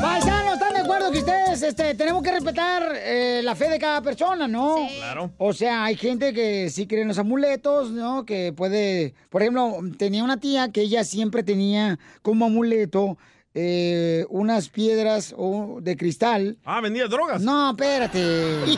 Paisanos, ¿están de acuerdo que ustedes este, tenemos que respetar eh, la fe de cada persona, no? Claro. O sea, hay gente que sí cree en los amuletos, ¿no? Que puede. Por ejemplo, tenía una tía que ella siempre tenía como amuleto. eh, unas piedras o- de cristal. Ah, vendía drogas. No, espérate. De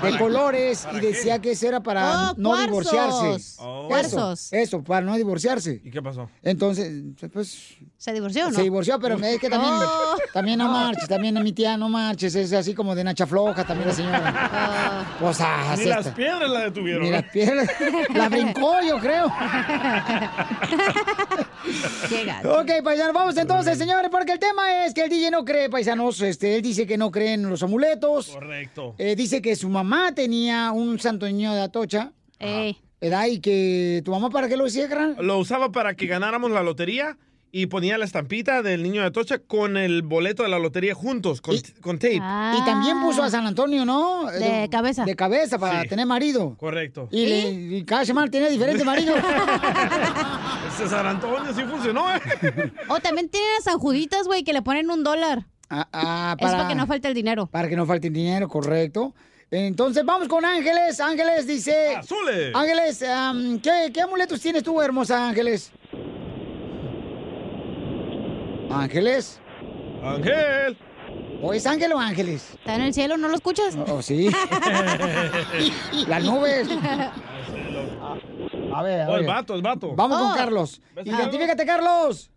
¿Para- colores para y qué? decía que eso era para Oh, no cuarzos. divorciarse. Oh. Eso, Cuarzos. eso, para no divorciarse. ¿Y qué pasó? Entonces, pues... ¿Se divorció o no? Se divorció, pero es que también, Oh. también no marches, también a mi tía no marches, es así como de nacha floja también la señora. O sea, Ni Pues, ah, así las está. piedras la detuvieron. ¿eh? Ni las piedras. La brincó, yo creo. Ok, paisanos, vamos entonces, señores, porque el tema es que el DJ no cree, paisanos. Este, él dice que no cree en los amuletos. Correcto. Eh, dice que su mamá tenía un santo niño de Atocha. ¿Edad? ¿Y que tu mamá para qué lo hacía, gran? Lo usaba para que ganáramos la lotería y ponía la estampita del niño de Tocha con el boleto de la lotería juntos, con, con tape. Y también puso a San Antonio, ¿no? De cabeza. De cabeza para tener marido. Correcto. Y, le- y cada semana tenía diferente marido. Ese San Antonio sí funcionó, ¿eh? O también tienen las anjuditas, güey, que le ponen un dólar. Ah, ah, Es para que no falte el dinero. Para que no falte el dinero, correcto. Entonces vamos con Ángeles. Ángeles dice. Azules. Ángeles, am, ¿qué, qué amuletos tienes tú, hermosa Ángeles? Ángeles. Ángel. ¿O es Ángel o Ángeles? Está en el cielo, ¿no lo escuchas? Oh, sí. Las nubes. A ver, a Oh, ver. el vato, el vato. Vamos con Carlos. Identifícate, Carlos.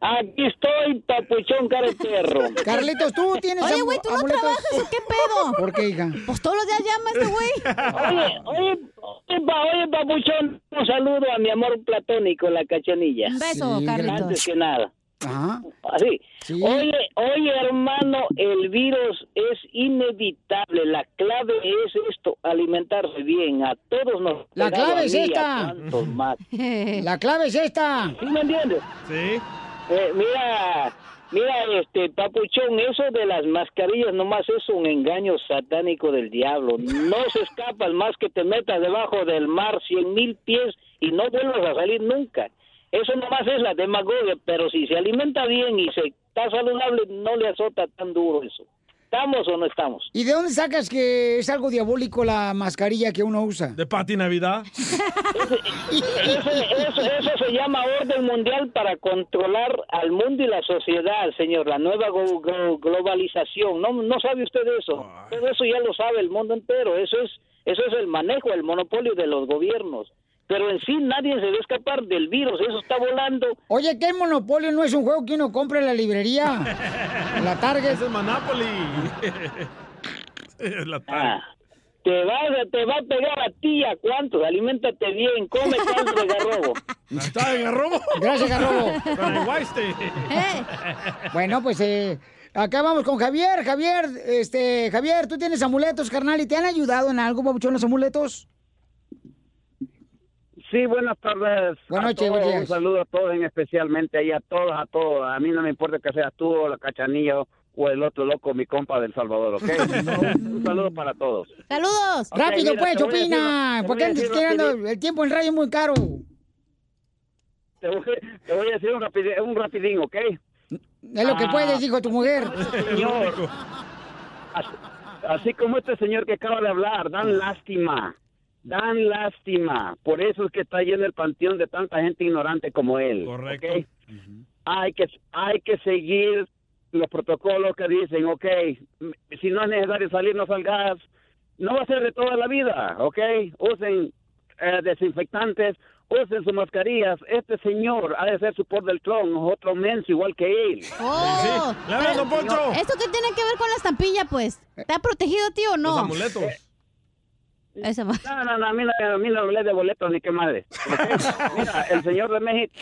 Aquí estoy, papuchón cara de perro. Carlitos, tú tienes. Oye, amu- güey, ¿tú no amuletos? trabajas o qué pedo? ¿Por qué, hija? Pues todos los días llama este güey. Oye, oye, oye, pa- oye, papuchón, un saludo a mi amor platónico, la cachanilla. Un beso, Sí, Carlitos. Antes que nada. Ajá. Así. Oye, oye, hermano, el virus es inevitable. La clave es esto, alimentarse bien. A todos nos... La clave es a mí, a esta. cuantos más. La clave es esta. ¿Sí me entiendes? Sí. Eh, mira, mira, este, papuchón, eso de las mascarillas nomás es un engaño satánico del diablo. No se escapas más que te metas debajo del mar cien mil pies y no vuelvas a salir nunca. Eso nomás es la demagogia, pero si se alimenta bien y se está saludable, no le azota tan duro eso. ¿Estamos o no estamos? ¿Y de dónde sacas que es algo diabólico la mascarilla que uno usa? De Pati Navidad. Eso, eso, eso se llama orden mundial para controlar al mundo y la sociedad, señor. La nueva go- go- globalización. No, no sabe usted eso. Todo eso ya lo sabe el mundo entero. Eso es, eso es el manejo, el monopolio de los gobiernos. Pero en sí nadie se va a escapar del virus. Eso está volando. Oye, que el Monopolio no es un juego que uno compra en la librería. En la Target. Es el Monopoly. la Ah, te, va, te va a pegar a ti, a cuántos. Aliméntate bien, come caldo de garrobo. ¿Está de garrobo? Gracias, garrobo. Con el guayste. Bueno, pues eh, acá vamos con Javier. Javier, este, Javier, tú tienes amuletos, carnal, ¿y te han ayudado en algo, babuchón, los amuletos? Sí, buenas tardes. Buenas A noches, todos, buenos días. Un saludo a todos, en especialmente ahí a todos, a todos. A mí no me importa que seas tú o la cachanilla o el otro loco, mi compa del Salvador, ¿ok? un saludo para todos. ¡Saludos! Ok, Rápido, mira, pues, te voy a decir Chopina. lo- te ¿Por voy qué a andas decir tirando rapidito. el tiempo en radio es muy caro? Te voy, te voy a decir un, rapidi- un rapidín, ¿ok? Es lo que Ah. puedes, dijo tu mujer. Señor, así, así como este señor que acaba de hablar, dan lástima. dan lástima. Por eso es que está lleno el panteón de tanta gente ignorante como él. Correcto. Hay que hay que seguir los protocolos que dicen, ok, m- si no es necesario salir, no salgas. No va a ser de toda la vida, ok. Usen eh, desinfectantes, usen sus mascarillas. Este señor ha de ser su por del clon, otro menso igual que él. ¡Oh! Pero, ¿Esto qué tiene que ver con la estampilla, pues? ¿Te ha protegido, tío, o no? Esa va. No, no, no, a mí no, a mí no me hablé de boletos ni qué madre. Mira, el señor de México,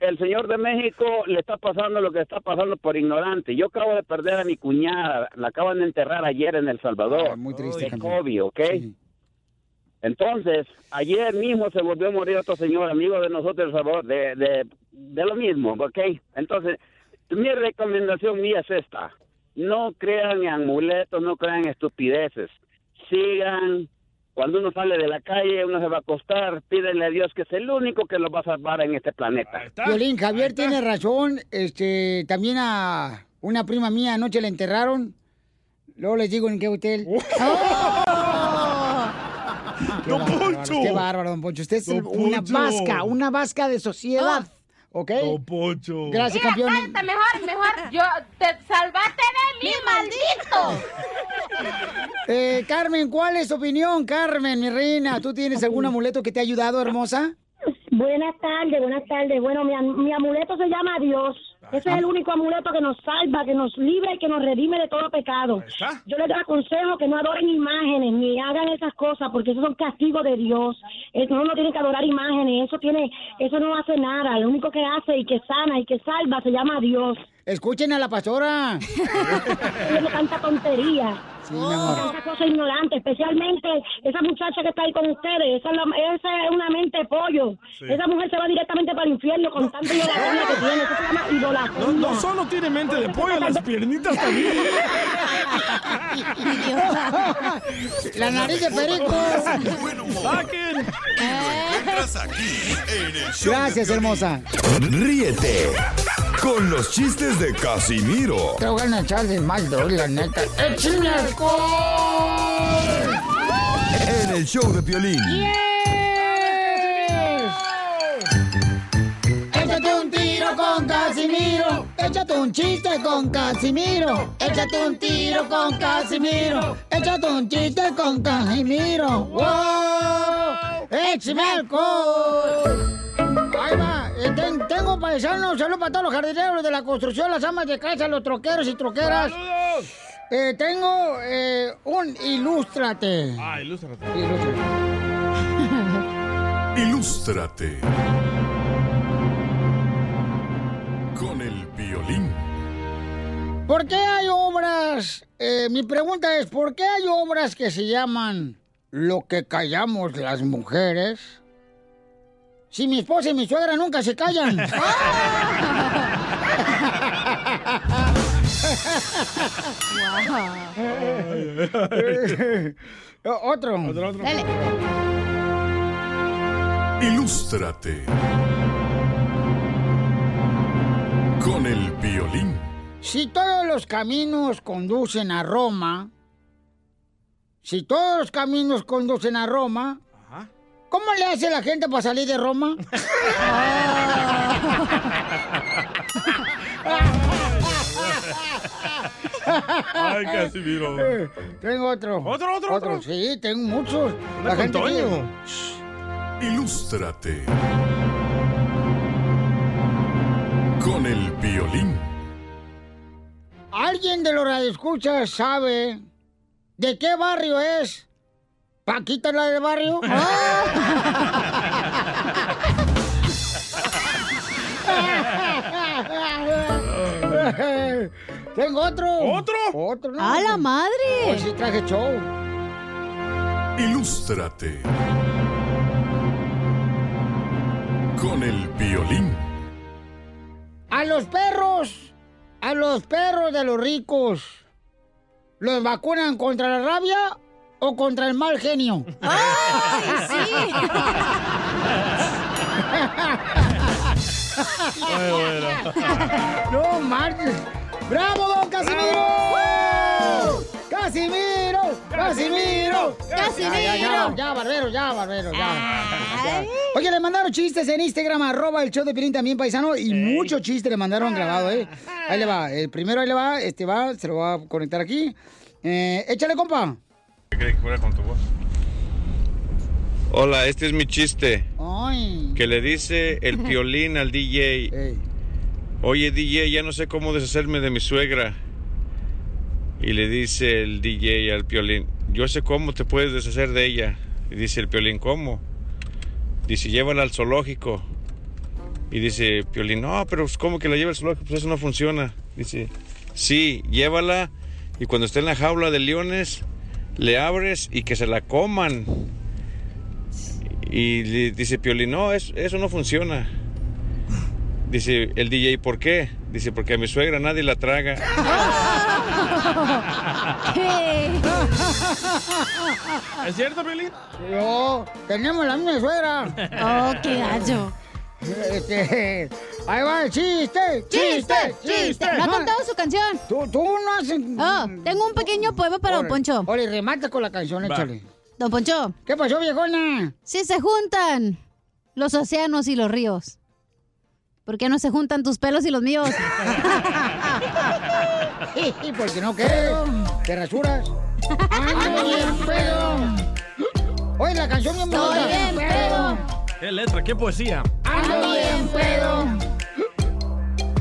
el señor de México le está pasando lo que está pasando por ignorante. Yo acabo de perder a mi cuñada, la acaban de enterrar ayer en El Salvador. Ah, muy triste. De COVID, ¿ok? Entonces, ayer mismo se volvió a morir otro señor, amigo de nosotros, El Salvador, de, de, de lo mismo, ¿ok? Entonces, mi recomendación mía es esta. No crean en amuletos, no crean en estupideces. Sigan cuando uno sale de la calle, uno se va a acostar, pídele a Dios que es el único que los va a salvar en este planeta. Violín, Javier tiene razón. Este, también a una prima mía anoche la enterraron. Luego les digo en qué hotel. ¡Don Poncho! Oh. ¡Qué bárbaro, Don Poncho! Usted es Don una Poncho. vasca, una vasca de sociedad. ¿Ok? Don Poncho. Gracias, Mira, campeón. canta mejor, mejor. Yo te salvaste de mí, maldito. Eh, Carmen, ¿cuál es tu opinión, Carmen, mi reina? ¿Tú tienes algún amuleto que te ha ayudado, hermosa? Buenas tardes, buenas tardes. Bueno, mi, am- mi amuleto se llama Dios. Ese es el único amuleto que nos salva, que nos libra y que nos redime de todo pecado. Yo les aconsejo que no adoren imágenes ni hagan esas cosas porque esos son castigos de Dios. Eso no tiene que adorar imágenes, eso tiene, eso no hace nada. Lo único que hace y que sana y que salva se llama Dios. Escuchen a la pastora. no tanta tontería. amor. Tanta cosa ignorante, especialmente esa muchacha que está ahí con ustedes, esa es, la- esa es una mente de pollo. Sí. Esa mujer se va directamente para el infierno con tanta idolatría que tiene, eso se llama idolatría. No, no solo tiene mente de pollo, las piernitas también. La nariz de perico. ¡Saquen! Eh. Entras aquí en el show. Gracias, hermosa. Ríete con los chistes de Casimiro Te voy a echar de mal, doy, la neta. ¡Eh, ¡Échame alcohol! en el show de Piolín. Échate un tiro con Casimiro. Échate un chiste con Casimiro. Échate un tiro con Casimiro. Échate un chiste con Casimiro. ¡Wow! ¡Échame alcohol! Ahí va. Eh, ten- tengo paisanos. Saludos para todos los jardineros de la construcción, las amas de casa, los troqueros y troqueras. Eh, tengo eh, un ilústrate. Ah, ilústrate. Ilústrate. Con el violín. ¿Por qué hay obras? eh, mi pregunta es, ¿por qué hay obras que se llaman Lo que callamos las mujeres? Si mi esposa y mi suegra nunca se callan. otro. Otro, otro. Ilústrate. Con el violín. Si todos los caminos conducen a Roma, si todos los caminos conducen a Roma, ¿cómo le hace la gente para salir de Roma? Ay, Casimiro. Eh, Tengo otro. ¿Otro, otro, otro? Sí, tengo muchos. La gente dijo. Ilústrate. Con el violín. ¿Alguien de los radioescuchas sabe de qué barrio es? ¿Paquita la del barrio? Ah, Tengo otro. ¿Otro? Otro, no. ¡A la madre! Hoy sí traje show. Ilústrate. Con el violín. A los perros, a los perros de los ricos, ¿los vacunan contra la rabia o contra el mal genio? ¡No marches! ¡Bravo, don Casimiro! ¡Casimiro! ¡Casimiro! ¡Casimiro! ¡Casimiro! Ya, ya, ya, ya, barbero, ya, barbero, ya. Ya. Oye, le mandaron chistes en Instagram, arroba el show de Pirín también, paisano, y muchos chistes le Ah. mandaron grabado, ¿eh? Ahí le va, el primero ahí le va, este va, se lo va a conectar aquí. Eh, échale, compa. ¿Qué crees que fuera con tu voz? Hola, este es mi chiste. Ay. Que le dice el piolín al DJ. Oye, DJ, ya no sé cómo deshacerme de mi suegra. Y le dice el DJ al piolín. Yo sé cómo te puedes deshacer de ella. Y dice el piolín, ¿cómo? Dice, llévala al zoológico. Y dice piolín, no, pero pues, ¿cómo que la lleva al zoológico? Pues eso no funciona. Dice, sí, llévala. Y cuando esté en la jaula de leones, le abres y que se la coman. Y le dice Piolín, no, es- eso no funciona. Dice el DJ, ¿por qué? Dice, porque a mi suegra nadie la traga. ¿Es cierto, Pelín? No, oh, tenemos la misma suegra. Oh, qué gallo. Este, ahí va el chiste, ¡Chiste! chiste, ¡Chiste! chiste. No ha contado su canción. Tú, tú no has... Oh, tengo un pequeño poema para Don Poncho. Ole, remata con la canción, échale. Don Poncho. ¿Qué pasó, viejona? Si se juntan los océanos y los ríos, ¿por qué no se juntan tus pelos y los míos? Y porque no quedo, te rasuras. Ando bien pedo. Oye, la canción bien Estoy bonita. bien pedo. Qué letra, qué poesía. Ando bien pedo.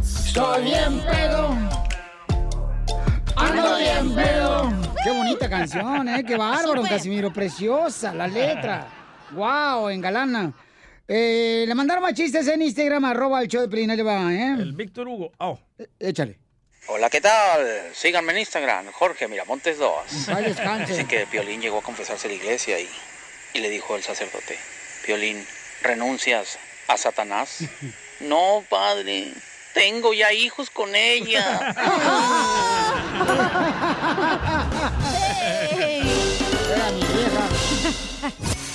Estoy bien pedo. Ando bien pedo. Qué bonita canción, ¿eh? Qué bárbaro, don Casimiro. Preciosa la letra. Wow, engalana. Eh, le mandaron más chistes en Instagram, arroba el show de Pelín, ahí le va, ¿eh? El Víctor Hugo. Oh. Échale. Hola, ¿qué tal? Síganme en Instagram, Jorge Miramontes 2. Ay, descanse. Dicen que Piolín llegó a confesarse a la iglesia y, y le dijo el sacerdote, Piolín, ¿renuncias a Satanás? no, padre, tengo ya hijos con ella.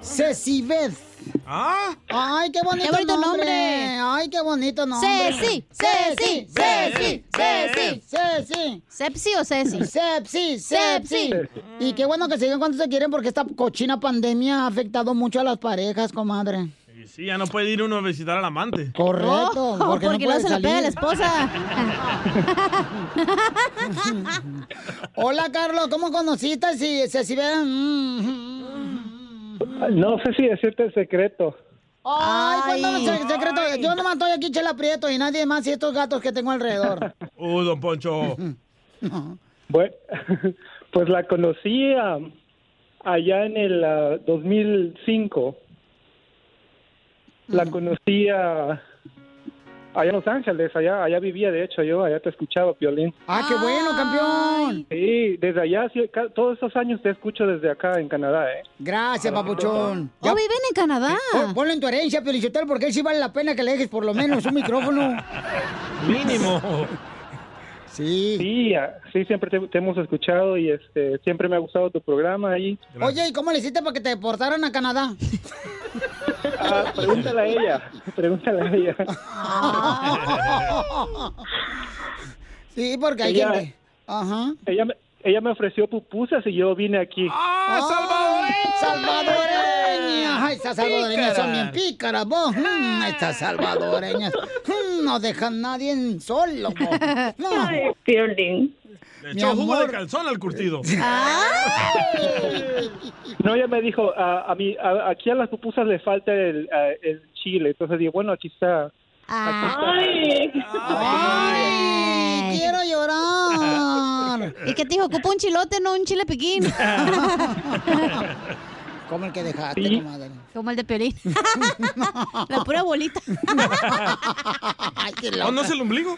Cecibeth. ¿Ah? Ay, qué bonito, Qué bonito nombre. nombre. Ay, qué bonito nombre. Ceci, Ceci, Ceci, Ceci, Ceci. ¿Sepsi o Ceci? Sepsi, Sepsi. Y qué bueno que se digan cuánto se quieren porque esta cochina pandemia ha afectado mucho a las parejas, comadre. Y sí, ya no puede ir uno a visitar al amante. Correcto, Oh, porque porque, no luego puede se la salir. pega la Hola, Carlos, ¿cómo conociste? Si, si, si ven, mm, No sé si decirte el secreto. Ay, cuéntame el secreto. Yo nomás estoy aquí, chela prieto, y nadie más, y estos gatos que tengo alrededor. Uh, don Poncho. Bueno, pues la conocí ah, allá en el ah, 2005. La conocí ah, allá en Los Ángeles, allá, allá vivía, de hecho, yo allá te escuchaba, Piolín. ¡Ah, qué bueno, campeón! Sí, desde allá, sí, ca- todos esos años te escucho desde acá en Canadá, ¿eh? Gracias, papuchón. ¿O Oh, viven en Canadá? Pon- Eh, oh, Ponlo en tu herencia, Piolichotel, porque él sí vale la pena que le dejes por lo menos un micrófono. Mínimo. Sí. Sí, ah, sí, siempre te, te hemos escuchado y este siempre me ha gustado tu programa ahí. Oye, ¿y cómo le hiciste para que te deportaran a Canadá? Ah, pregúntale a ella, pregúntale a ella. ¡Ah, sí, porque hay Ella- gente... Ajá. Ella me, ella me ofreció pupusas y yo vine aquí. ¡Ah, salvadoreña! ¡Salvadoreña! Ay, estas salvadoreñas son bien pícaras, vos. Mm, estas salvadoreñas mm, no dejan a nadie solo, vos. No. Ay, Piolín. Le Mi echó jugo amor. de calzón al curtido. No, ella me dijo, a, a mí, a- aquí a las pupusas le falta el, a- el chile. Entonces dije, bueno, aquí está. Ay. Ay, quiero llorar. ¿Y qué te dijo? Ocupa un chilote, no un chile piquín. Como el que dejaste, Sí. comadre. Como el de Piolín. La pura bolita. Ay, qué ¿O no es el ombligo?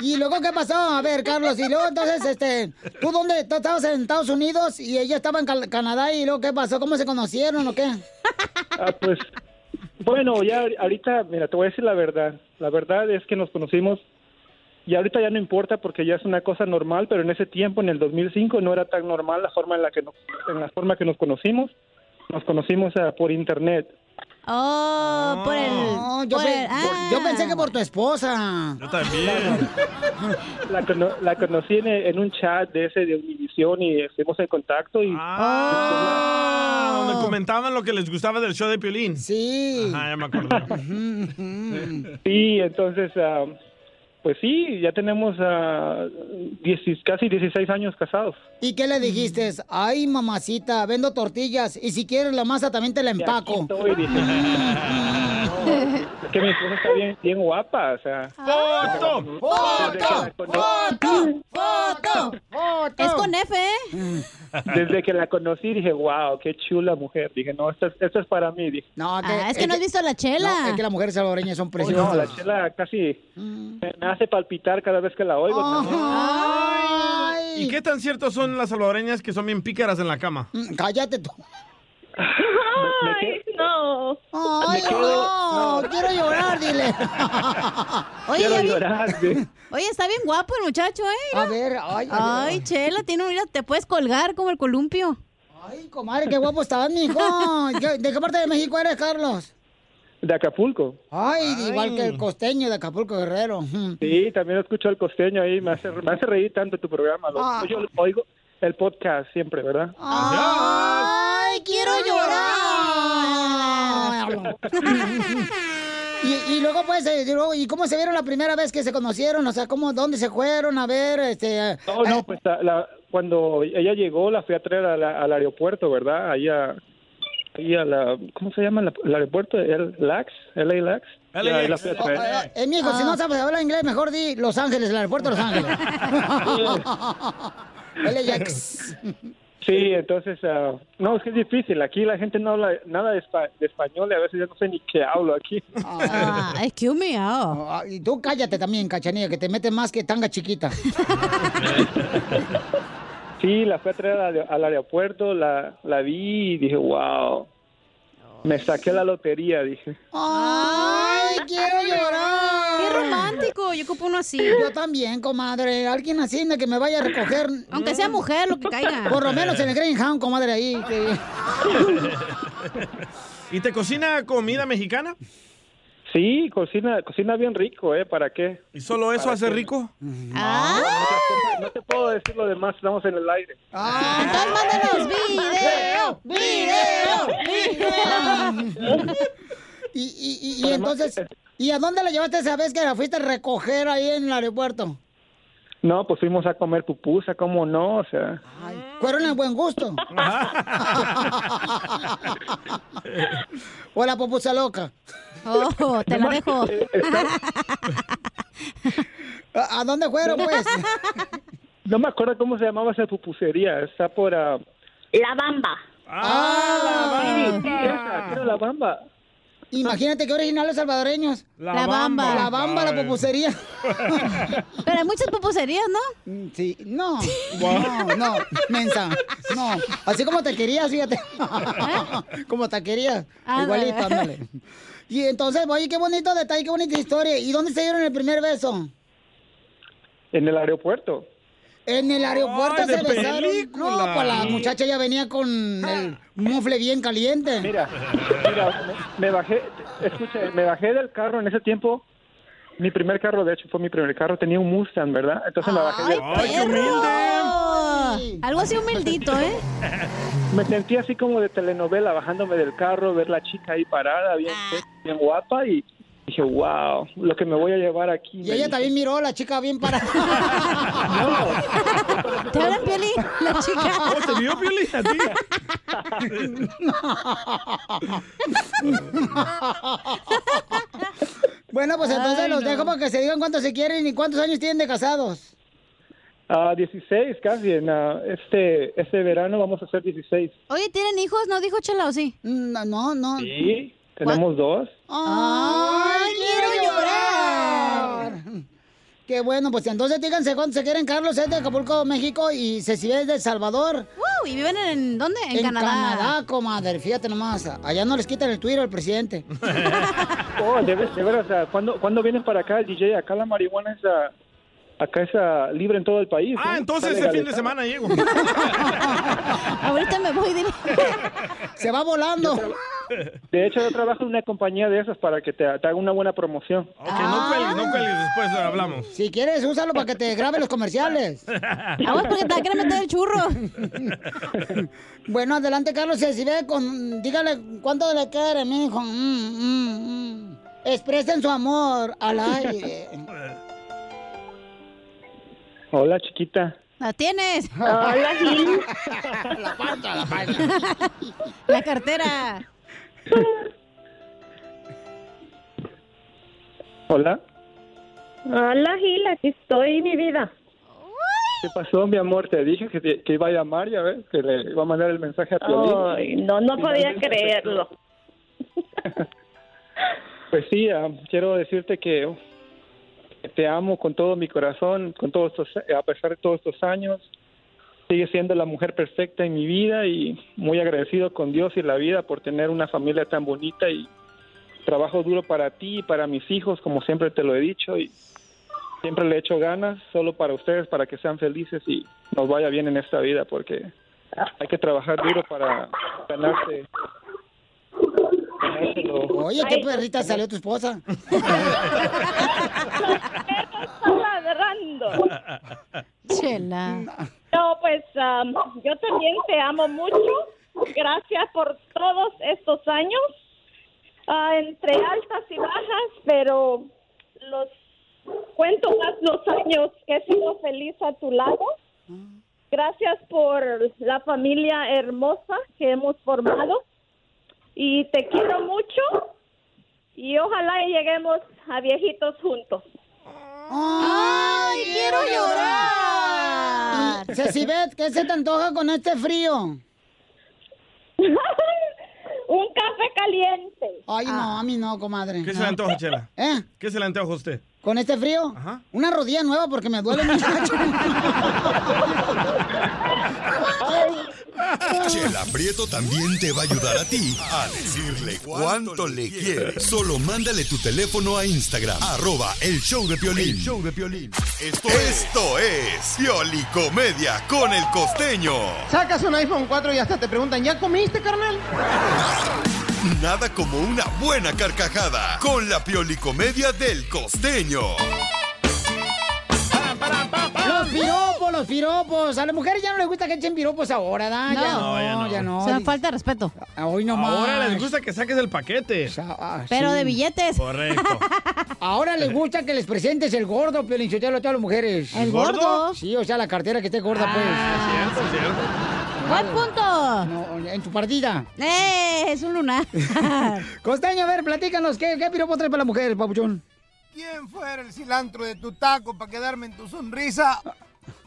¿Y luego qué pasó? A ver, Carlos, y luego entonces, este, ¿tú dónde? ¿Tú estabas en Estados Unidos y ella estaba en Cal- Canadá y luego qué pasó? ¿Cómo se conocieron o qué? Ah, pues, bueno, ya ahorita, mira, te voy a decir la verdad. La verdad es que nos conocimos y ahorita ya no importa porque ya es una cosa normal, pero en ese tiempo, en el 2005, no era tan normal la forma en la que nos, en la forma que nos conocimos. Nos conocimos ah, por internet. Oh, por el. No, yo, por pe- el- Pues, por- yo pensé que por tu esposa. Yo también. La, cono- la conocí en, en un chat de ese de Univision y estuvimos en contacto y Ah, donde comentaban lo que les gustaba del show de Piolín. Sí. Ajá, ya me acordé. Sí, entonces, ah, pues sí, ya tenemos ah, 10 casi 16 años casados. ¿Y qué le dijiste? Ay, mamacita, vendo tortillas y si quieres la masa también te la empaco. Estoy, dije. No, es que mi esposa está bien, bien guapa, o sea. ¡Foto! ¡Foto! ¡Foto! ¡Foto! Es con F, ¿eh? Desde que la conocí dije, wow, qué chula mujer. Dije, no, esto, es- esto es para mí. Dije, no, Ah, es que no has visto la chela. No, es que las mujeres salvadoreñas son preciosas. no, la chela casi Mm. me me hace palpitar cada vez que la oigo. ¿Y qué tan ciertos son las salvadoreñas que son bien pícaras en la cama? Mm, Cállate tú. Ay, no. Ay, Me quedo- no, no. quiero llorar, dile. Oye, Quiero ya vi- llorar. dije. Oye, está bien guapo el muchacho, ¿eh? A ver, ay. Ay, chela, tiene un... mira, te puedes colgar como el columpio. Ay, comadre, qué guapo estás, mijo. ¿Qué- ¿De qué parte de México eres, Carlos? De Acapulco. Ay, igual que el costeño de Acapulco Guerrero. Mm. Sí, también escucho al costeño ahí, me hace, me hace reír tanto tu programa. Lo- Ah. Yo oigo el podcast siempre, ¿verdad? Ay, quiero llorar. Y, y luego, pues, eh, y luego, ¿y cómo se vieron la primera vez que se conocieron? O sea, ¿cómo, dónde se fueron a ver? Este, No, no, pues la- la- cuando ella llegó la fui a traer a la- al aeropuerto, ¿verdad? Ahí a, ahí a la, ¿cómo se llama la- el aeropuerto? ¿El LAX? ¿LA LAX? LAX. Ahí la fui a traer. Ah, Eh, mijo, si no sabes hablar inglés, mejor di Los Ángeles, el aeropuerto de Los Ángeles. LAX. Sí, entonces, ah, no, es que es difícil. Aquí la gente no habla nada de, espa- de español y a veces yo no sé ni qué hablo aquí. Ah, excuse me, oh. Ah, Y tú cállate también, cachanilla, que te metes más que tanga chiquita. Sí, la fui a traer al, al aeropuerto, la, la vi y dije, wow, me saqué la lotería, dije. ¡Ay, quiero llorar! Qué romántico, yo ocupo uno así. Yo también, comadre. Alguien así de que me vaya a recoger. Aunque sea mujer, lo que caiga. Por lo menos en el Greyhound, comadre, ahí. que- ¿Y te cocina comida mexicana? Sí, cocina, cocina bien rico, ¿eh? ¿Para qué? ¿Y solo eso ¿Para hace qué? rico? Ah. No te puedo decir lo demás, estamos en el aire. Mándanos video, video, video. Y, y- y- y entonces, ¿y a dónde la llevaste esa vez que la fuiste a recoger ahí en el aeropuerto? No, pues fuimos a comer pupusa, ¿cómo no? O sea, Fueron el buen gusto. o la popusa loca. Oh, te la dejo. ¿A a dónde fueron, pues? no me acuerdo cómo se llamaba esa pupusería, está por... La Bamba. ¡Ah, la Bamba! la Bamba. Imagínate qué originales salvadoreños. La La Bamba. Bamba. La bamba, la Ay. pupusería. Mm, Pero hay muchas pupuserías, ¿no? Sí, no. No, no, mensa. No, así como te querías, fíjate. ¿Eh? Como te querías. Ándale. Igualito, ándale. Y entonces, oye, qué bonito detalle, qué bonita historia. ¿Y dónde se dieron el primer beso? En el aeropuerto. En el aeropuerto ¡Ay, de se besaron. película! No, pues la muchacha ya venía con el mufle bien caliente. Mira, mira, me, me bajé, escucha, me bajé del carro en ese tiempo. Mi primer carro, de hecho, fue mi primer carro. Tenía un Mustang, ¿verdad? Entonces me bajé del carro. humilde! Oh, Algo así humildito, ¿eh? Me sentí así como de telenovela, bajándome del carro, ver la chica ahí parada, bien, bien guapa, y dije, wow, lo que me voy a llevar aquí. Y ella también miró a la chica bien para. ¿Te hablan, Pioli? La chica. ¿Cómo Oh, te vio, Pioli? ¿A ti? bueno, pues entonces Ay, los no. dejo para que se digan cuántos se quieren y cuántos años tienen de casados. Ah, 16 casi, en, ah, este, este verano vamos a hacer 16. Oye, ¿tienen hijos? ¿No dijo Chela o sí? No, Mm, no, no. Sí, tenemos dos. Ah. ¡Ay, quiero llorar! Qué bueno, pues entonces díganse cuánto se quieren. Carlos es de Acapulco, México y Cecilia es de El Salvador. ¡Wow! ¿Y viven en dónde? En, Canadá. Canadá, comadre. Fíjate nomás. Allá no les quitan el Twitter al presidente. Oh, de, ver- de veras, ah, ¿cuándo, ¿cuándo vienes para acá el DJ? Acá la marihuana es, ah, acá es ah, libre en todo el país. Ah, ¿no? entonces Está el fin de legalizado. semana llego. Ahorita me voy directo. Se va volando. De hecho, yo trabajo en una compañía de esas para que te, te haga una buena promoción. Que no cuelgues, no cuelgues, después hablamos. Ah. Si quieres, úsalo para que te grabe los comerciales. Vamos, porque te va a querer meter el churro. bueno, adelante, Carlos. Si ve con. Dígale cuánto le quiere, mijo. Mm, mm, mm. Expresen su amor al aire. Hola, chiquita. ¿La tienes? Hola, Gil. La falta, la falta. La cartera. Hola. Hola, Gil, aquí estoy, mi vida. ¿Qué pasó, mi amor? Te dije que, te- que iba a llamar, ya ves, que le iba a mandar el mensaje a Piolín. Ay, no, no podía Finalmente, creerlo. Pues sí, ah, quiero decirte que uf, que te amo con todo mi corazón, con todos estos, a pesar de todos estos años. Sigues siendo la mujer perfecta en mi vida y muy agradecido con Dios y la vida por tener una familia tan bonita y trabajo duro para ti y para mis hijos, como siempre te lo he dicho y siempre le echo ganas solo para ustedes, para que sean felices y nos vaya bien en esta vida porque hay que trabajar duro para ganarse. ganárselo. Oye, qué perrita salió tu esposa. Está ladrando. Chela. No, pues am, yo también te amo mucho. Gracias por todos estos años, Ah, entre altas y bajas, pero los cuento más los años que he sido feliz a tu lado. Gracias por la familia hermosa que hemos formado y te quiero mucho y ojalá y lleguemos a viejitos juntos. ¡Ay, quiero llorar! Cecibet, ¿qué se te antoja con este frío? Un café caliente. Ay, no, a mí no, comadre. ¿Qué se No. le antoja, Chela? ¿Eh? ¿Qué se le antoja a usted? ¿Con este frío? Una rodilla nueva porque me duele mucho. Chela Prieto también te va a ayudar a ti a decirle cuánto le quieres. Solo mándale tu teléfono a Instagram, arroba el show de Piolín. El show de Piolín. Esto, esto es Pioli Comedia con el Costeño. Sacas un iPhone 4 y hasta te preguntan, ¿ya comiste, carnal? Nada como una buena carcajada con la Pioli Comedia del Costeño. Los piropos, los piropos. A las mujeres ya no les gusta que echen piropos ahora, ¿da? Ya No. No, ya no, no. ya no. O sea, falta respeto. Hoy no más. Ahora les gusta que saques el paquete. Pero sí. de billetes. Correcto. Ahora les gusta que les presentes el gordo, Piolinchotelo, a todas las mujeres. ¿El gordo? Ah, Sí, o sea, la cartera que esté gorda, Cierto, cierto. pues. punto? en tu partida. ¡Eh! Es un lunar. Costeño, a ver, platícanos, ¿qué, qué piropo traes para las mujeres, papuchón? ¿Quién fuera el cilantro de tu taco para quedarme en tu sonrisa?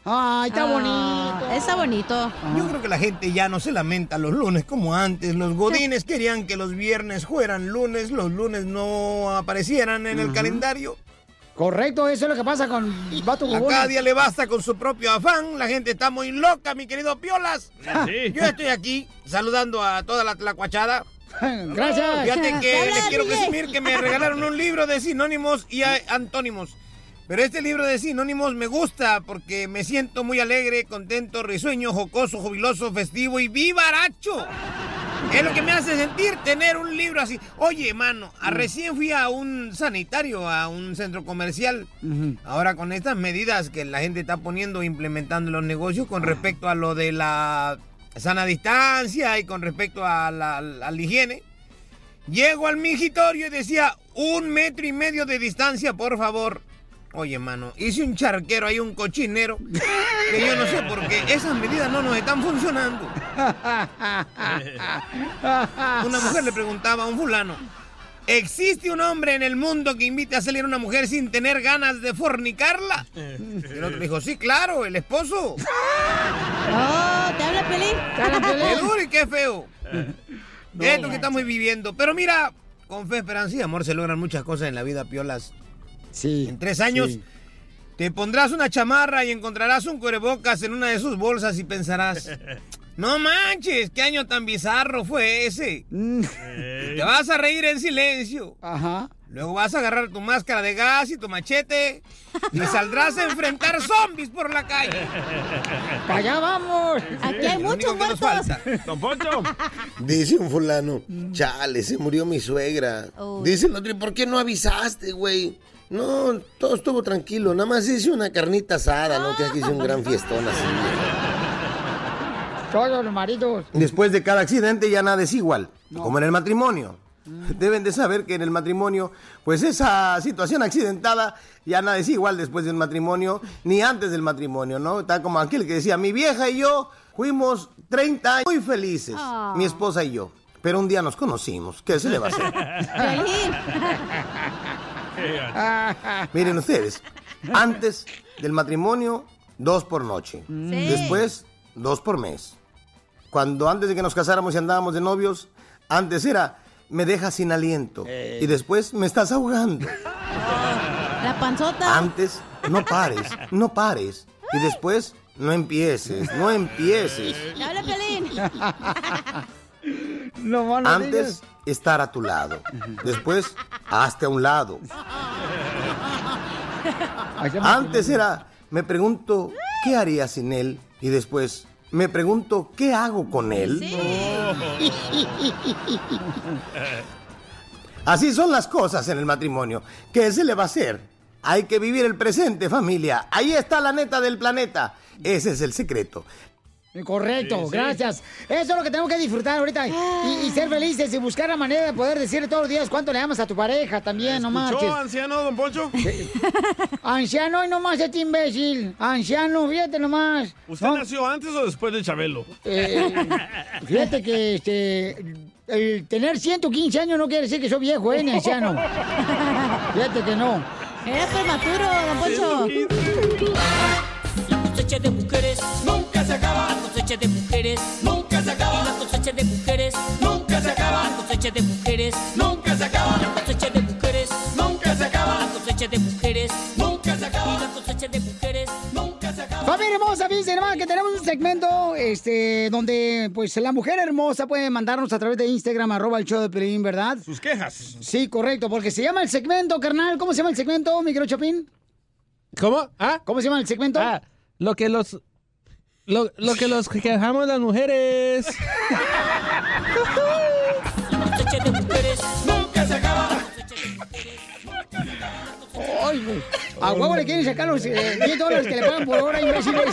Ay, está Ah, bonito. está bonito. Yo creo que la gente ya no se lamenta los lunes como antes. Los godines querían que los viernes fueran lunes, los lunes no aparecieran en el calendario. Correcto, eso es lo que pasa con Vato A cada día le basta con su propio afán. La gente está muy loca, mi querido Piolas. sí. Yo estoy aquí saludando a toda la tlacuachada. Gracias. Oh, Fíjate que Hola, les quiero DJ. presumir que me regalaron un libro de sinónimos y a- antónimos. Pero este libro de sinónimos me gusta porque me siento muy alegre, contento, risueño, jocoso, jubiloso, festivo y vivaracho. Es lo que me hace sentir tener un libro así. Oye, mano, a- recién fui a un sanitario, a un centro comercial. Ahora con estas medidas que la gente está poniendo, implementando en los negocios con respecto a lo de la sana distancia y con respecto a la, a la higiene, llego al migitorio y decía un metro y medio de distancia, por favor. Oye, mano, hice un charquero ahí, un cochinero, que yo no sé por qué esas medidas no nos están funcionando. Una mujer le preguntaba a un fulano, ¿existe un hombre en el mundo que invite a salir a una mujer sin tener ganas de fornicarla? Y el otro dijo, sí, claro, el esposo. Oh, ¿te habla Pelín? ¿Te habla Piolín? Qué duro y qué feo. Esto que estamos viviendo. Pero mira, con fe, esperanza y amor se logran muchas cosas en la vida, Piolas. Sí. En tres años Te pondrás una chamarra y encontrarás un cubrebocas en una de sus bolsas y pensarás, no manches, qué año tan bizarro fue ese. Mm. Te vas a reír en silencio. Ajá. Luego vas a agarrar tu máscara de gas y tu machete y saldrás a enfrentar zombies por la calle. ¡Para allá vamos! Aquí hay muchos nos muertos. Don Poncho. Dice un fulano, chale, se murió mi suegra. Oh. Dice el otro, ¿y por qué no avisaste, güey? No, todo estuvo tranquilo, nada más hice una carnita asada, no creas que hice un gran fiestón así. Todos los maridos. Después de cada accidente ya nada es igual, como en el matrimonio. Mm. Deben de saber que en el matrimonio, pues esa situación accidentada ya nada es igual después del matrimonio, ni antes del matrimonio, ¿no? Está como aquel que decía, mi vieja y yo fuimos 30 años muy felices, Ah. mi esposa y yo, pero un día nos conocimos, ¿qué se le va a hacer? Miren ustedes, antes del matrimonio, dos por noche. Después, dos por mes. Cuando antes de que nos casáramos y andábamos de novios, antes era, me dejas sin aliento. Eh. Eh. Y después, me estás ahogando. La panzota. Ah. Antes, no pares, no pares. Y después, no empieces, no empieces. Dale, Pelín. Antes, estar a tu lado. Después, hazte a un lado. Antes era, me pregunto, ¿qué haría sin él? Y después, me pregunto, ¿qué hago con él? Así son las cosas en el matrimonio. ¿Qué se le va a hacer? Hay que vivir el presente, familia. Ahí está la neta del planeta. Ese es el secreto. Correcto, Sí, Ah. sí. gracias. Eso es lo que tenemos que disfrutar ahorita. Y, y ser felices y buscar la manera de poder decirle todos los días cuánto le amas a tu pareja también, no marches. ¿Yo, anciano, don Poncho? Anciano y nomás este imbécil. Anciano, fíjate nomás. ¿Usted nació antes o después de Chabelo? Eh, Fíjate que este. El tener 115 años no quiere decir que soy viejo, ¿eh? Ni anciano. Fíjate que no. Era prematuro, don Poncho. La cosecha de mujeres nunca se acaba. La cosecha de mujeres nunca se acaba. La cosecha de mujeres nunca se acaba. La cosecha de mujeres nunca se acaba. La cosecha de mujeres nunca se acaba. La cosecha de mujeres nunca se acaba. La cosecha de mujeres nunca se acaba. Familia hermosa, fíjense nomás que tenemos un segmento este, donde pues la mujer hermosa puede mandarnos a través de Instagram, arroba el show de Pelín, ¿verdad? Sus quejas. Sí, correcto, porque se llama el segmento, carnal. ¿Cómo se llama el segmento, micro Chapín? ¿Cómo? ¿Ah? ¿Cómo se llama el segmento? Ah, lo que los. Lo, lo que los quejamos las mujeres. La cosecha de mujeres nunca se acaba. Ay, güey. A huevo le quieren sacar los eh, 10 dólares que le pagan por hora, imbéciles.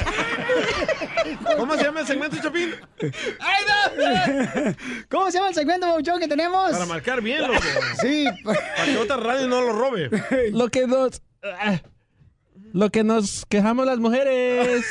¿Cómo se llama el segmento, Chapín? ¿Cómo se llama el segmento, Bauchón, que tenemos? Para marcar bien, loco. Sí. Para que otra radio no lo robe. Lo que nos. ah, lo que nos quejamos las mujeres.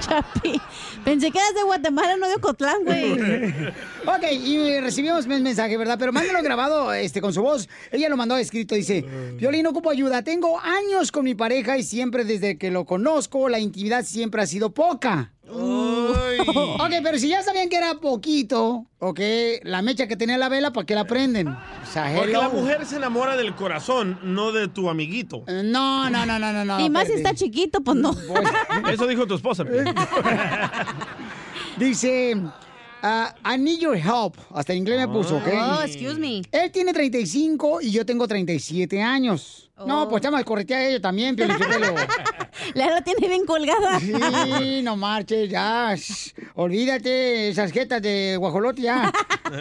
Chapi. Pensé que eras de Guatemala, no de Cotlán, güey. Ok, y eh, recibimos el mensaje, ¿verdad? Pero mándalo grabado este, con su voz. Ella lo mandó escrito, dice, Violín, ocupo ayuda. Tengo años con mi pareja y siempre desde que lo conozco, la intimidad siempre ha sido poca. Ok, pero si ya sabían que era poquito, ok, la mecha que tenía la vela, ¿para qué la prenden? O sea, Porque hello. la mujer se enamora del corazón, no de tu amiguito. Eh, No, no, no, no, no, no. y más si espérate. está chiquito, pues no. Eso dijo tu esposa. Piolín. Dice, ah, I need your help. Hasta en inglés me puso, ¿ok? Oh, excuse me. Él tiene 35 y yo tengo 37 años. No, pues está mal corretea ella también, pero Oh. La la tiene bien colgada. Sí, no marches, ya. Shh. Olvídate esas jetas de guajolote ya.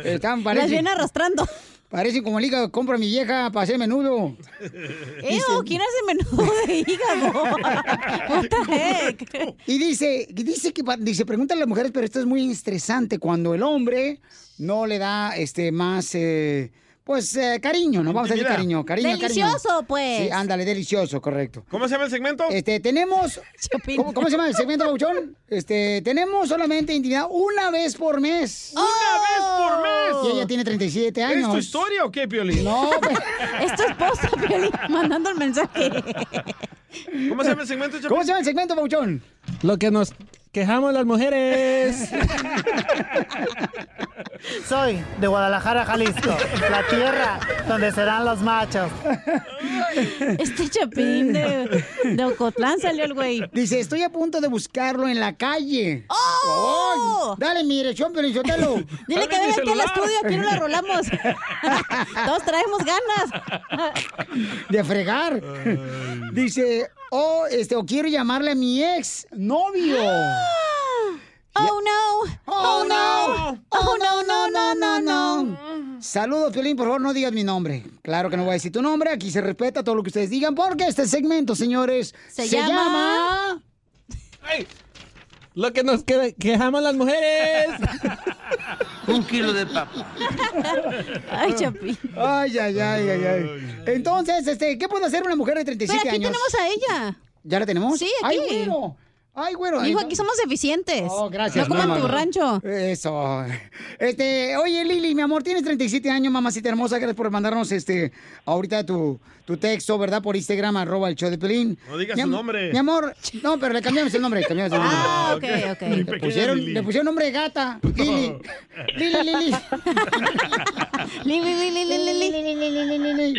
Están, Las viene arrastrando. Parecen como el hígado que compro a mi vieja para hacer menudo. Ew, ¿quién hace menudo de hígado? What the heck? Y dice, dice que pa- dice, pregunta a las mujeres, pero esto es muy estresante cuando el hombre no le da este más eh, pues eh, cariño, no vamos a decir cariño, Intimidad. cariño, cariño. Delicioso, pues. Sí, ándale, delicioso, correcto. ¿Cómo se llama el segmento? Este, tenemos ¿Cómo, cómo se llama el segmento Bauchón? Este, tenemos solamente intimidad una vez por mes. Una vez por mes. Y ella tiene 37 años. ¿Es tu historia o qué, Piolín? No, pues. Es tu esposa, Piolín, mandando el mensaje. ¿Cómo se llama el segmento, Chapín? ¿Cómo se llama el segmento, Bauchón? lo que nos quejamos las mujeres. Soy de Guadalajara, Jalisco, la tierra donde serán los machos. Este chapín de, de Ocotlán salió el güey. Dice, estoy a punto de buscarlo en la calle. ¡Oh! Dale mi dirección, pero yo te lo... Dile que venga aquí al estudio, aquí no la rolamos. Todos traemos ganas. de fregar. Dice, oh, este, o quiero llamarle a mi ex novio. Ah, Oh no. Oh no. Oh no, no, no, no, no. Saludos, Piolín, por favor, no digas mi nombre. Claro que no voy a decir tu nombre, aquí se respeta todo lo que ustedes digan, porque este segmento, señores, Se llama- Lo que nos que- quejamos las mujeres. Un kilo de papa. Ay, Chapi. Ay, ay, ay, ay, ay. Entonces, este, ¿qué puede hacer una mujer de 37 Pero aquí años? tenemos a ella. ¿Ya la tenemos? Sí, Ay, aquí. güero. Ay, güero. Hijo, aquí somos eficientes. Oh, gracias. No coman tu rancho. Eso. Este, oye, Lili, mi amor, tienes 37 años, mamacita hermosa. Gracias por mandarnos este ahorita tu, tu texto, ¿verdad? Por Instagram, arroba el show de Pelín. No digas Mi su am- nombre. Mi amor, no, pero le cambiamos el nombre. le Cambiamos el nombre. Ah, ok, ok. Mi Le pequeña pusieron, Lili. le pusieron nombre de gata. Lili. Lili, Lili. Lili, Lili, Lili, Lili.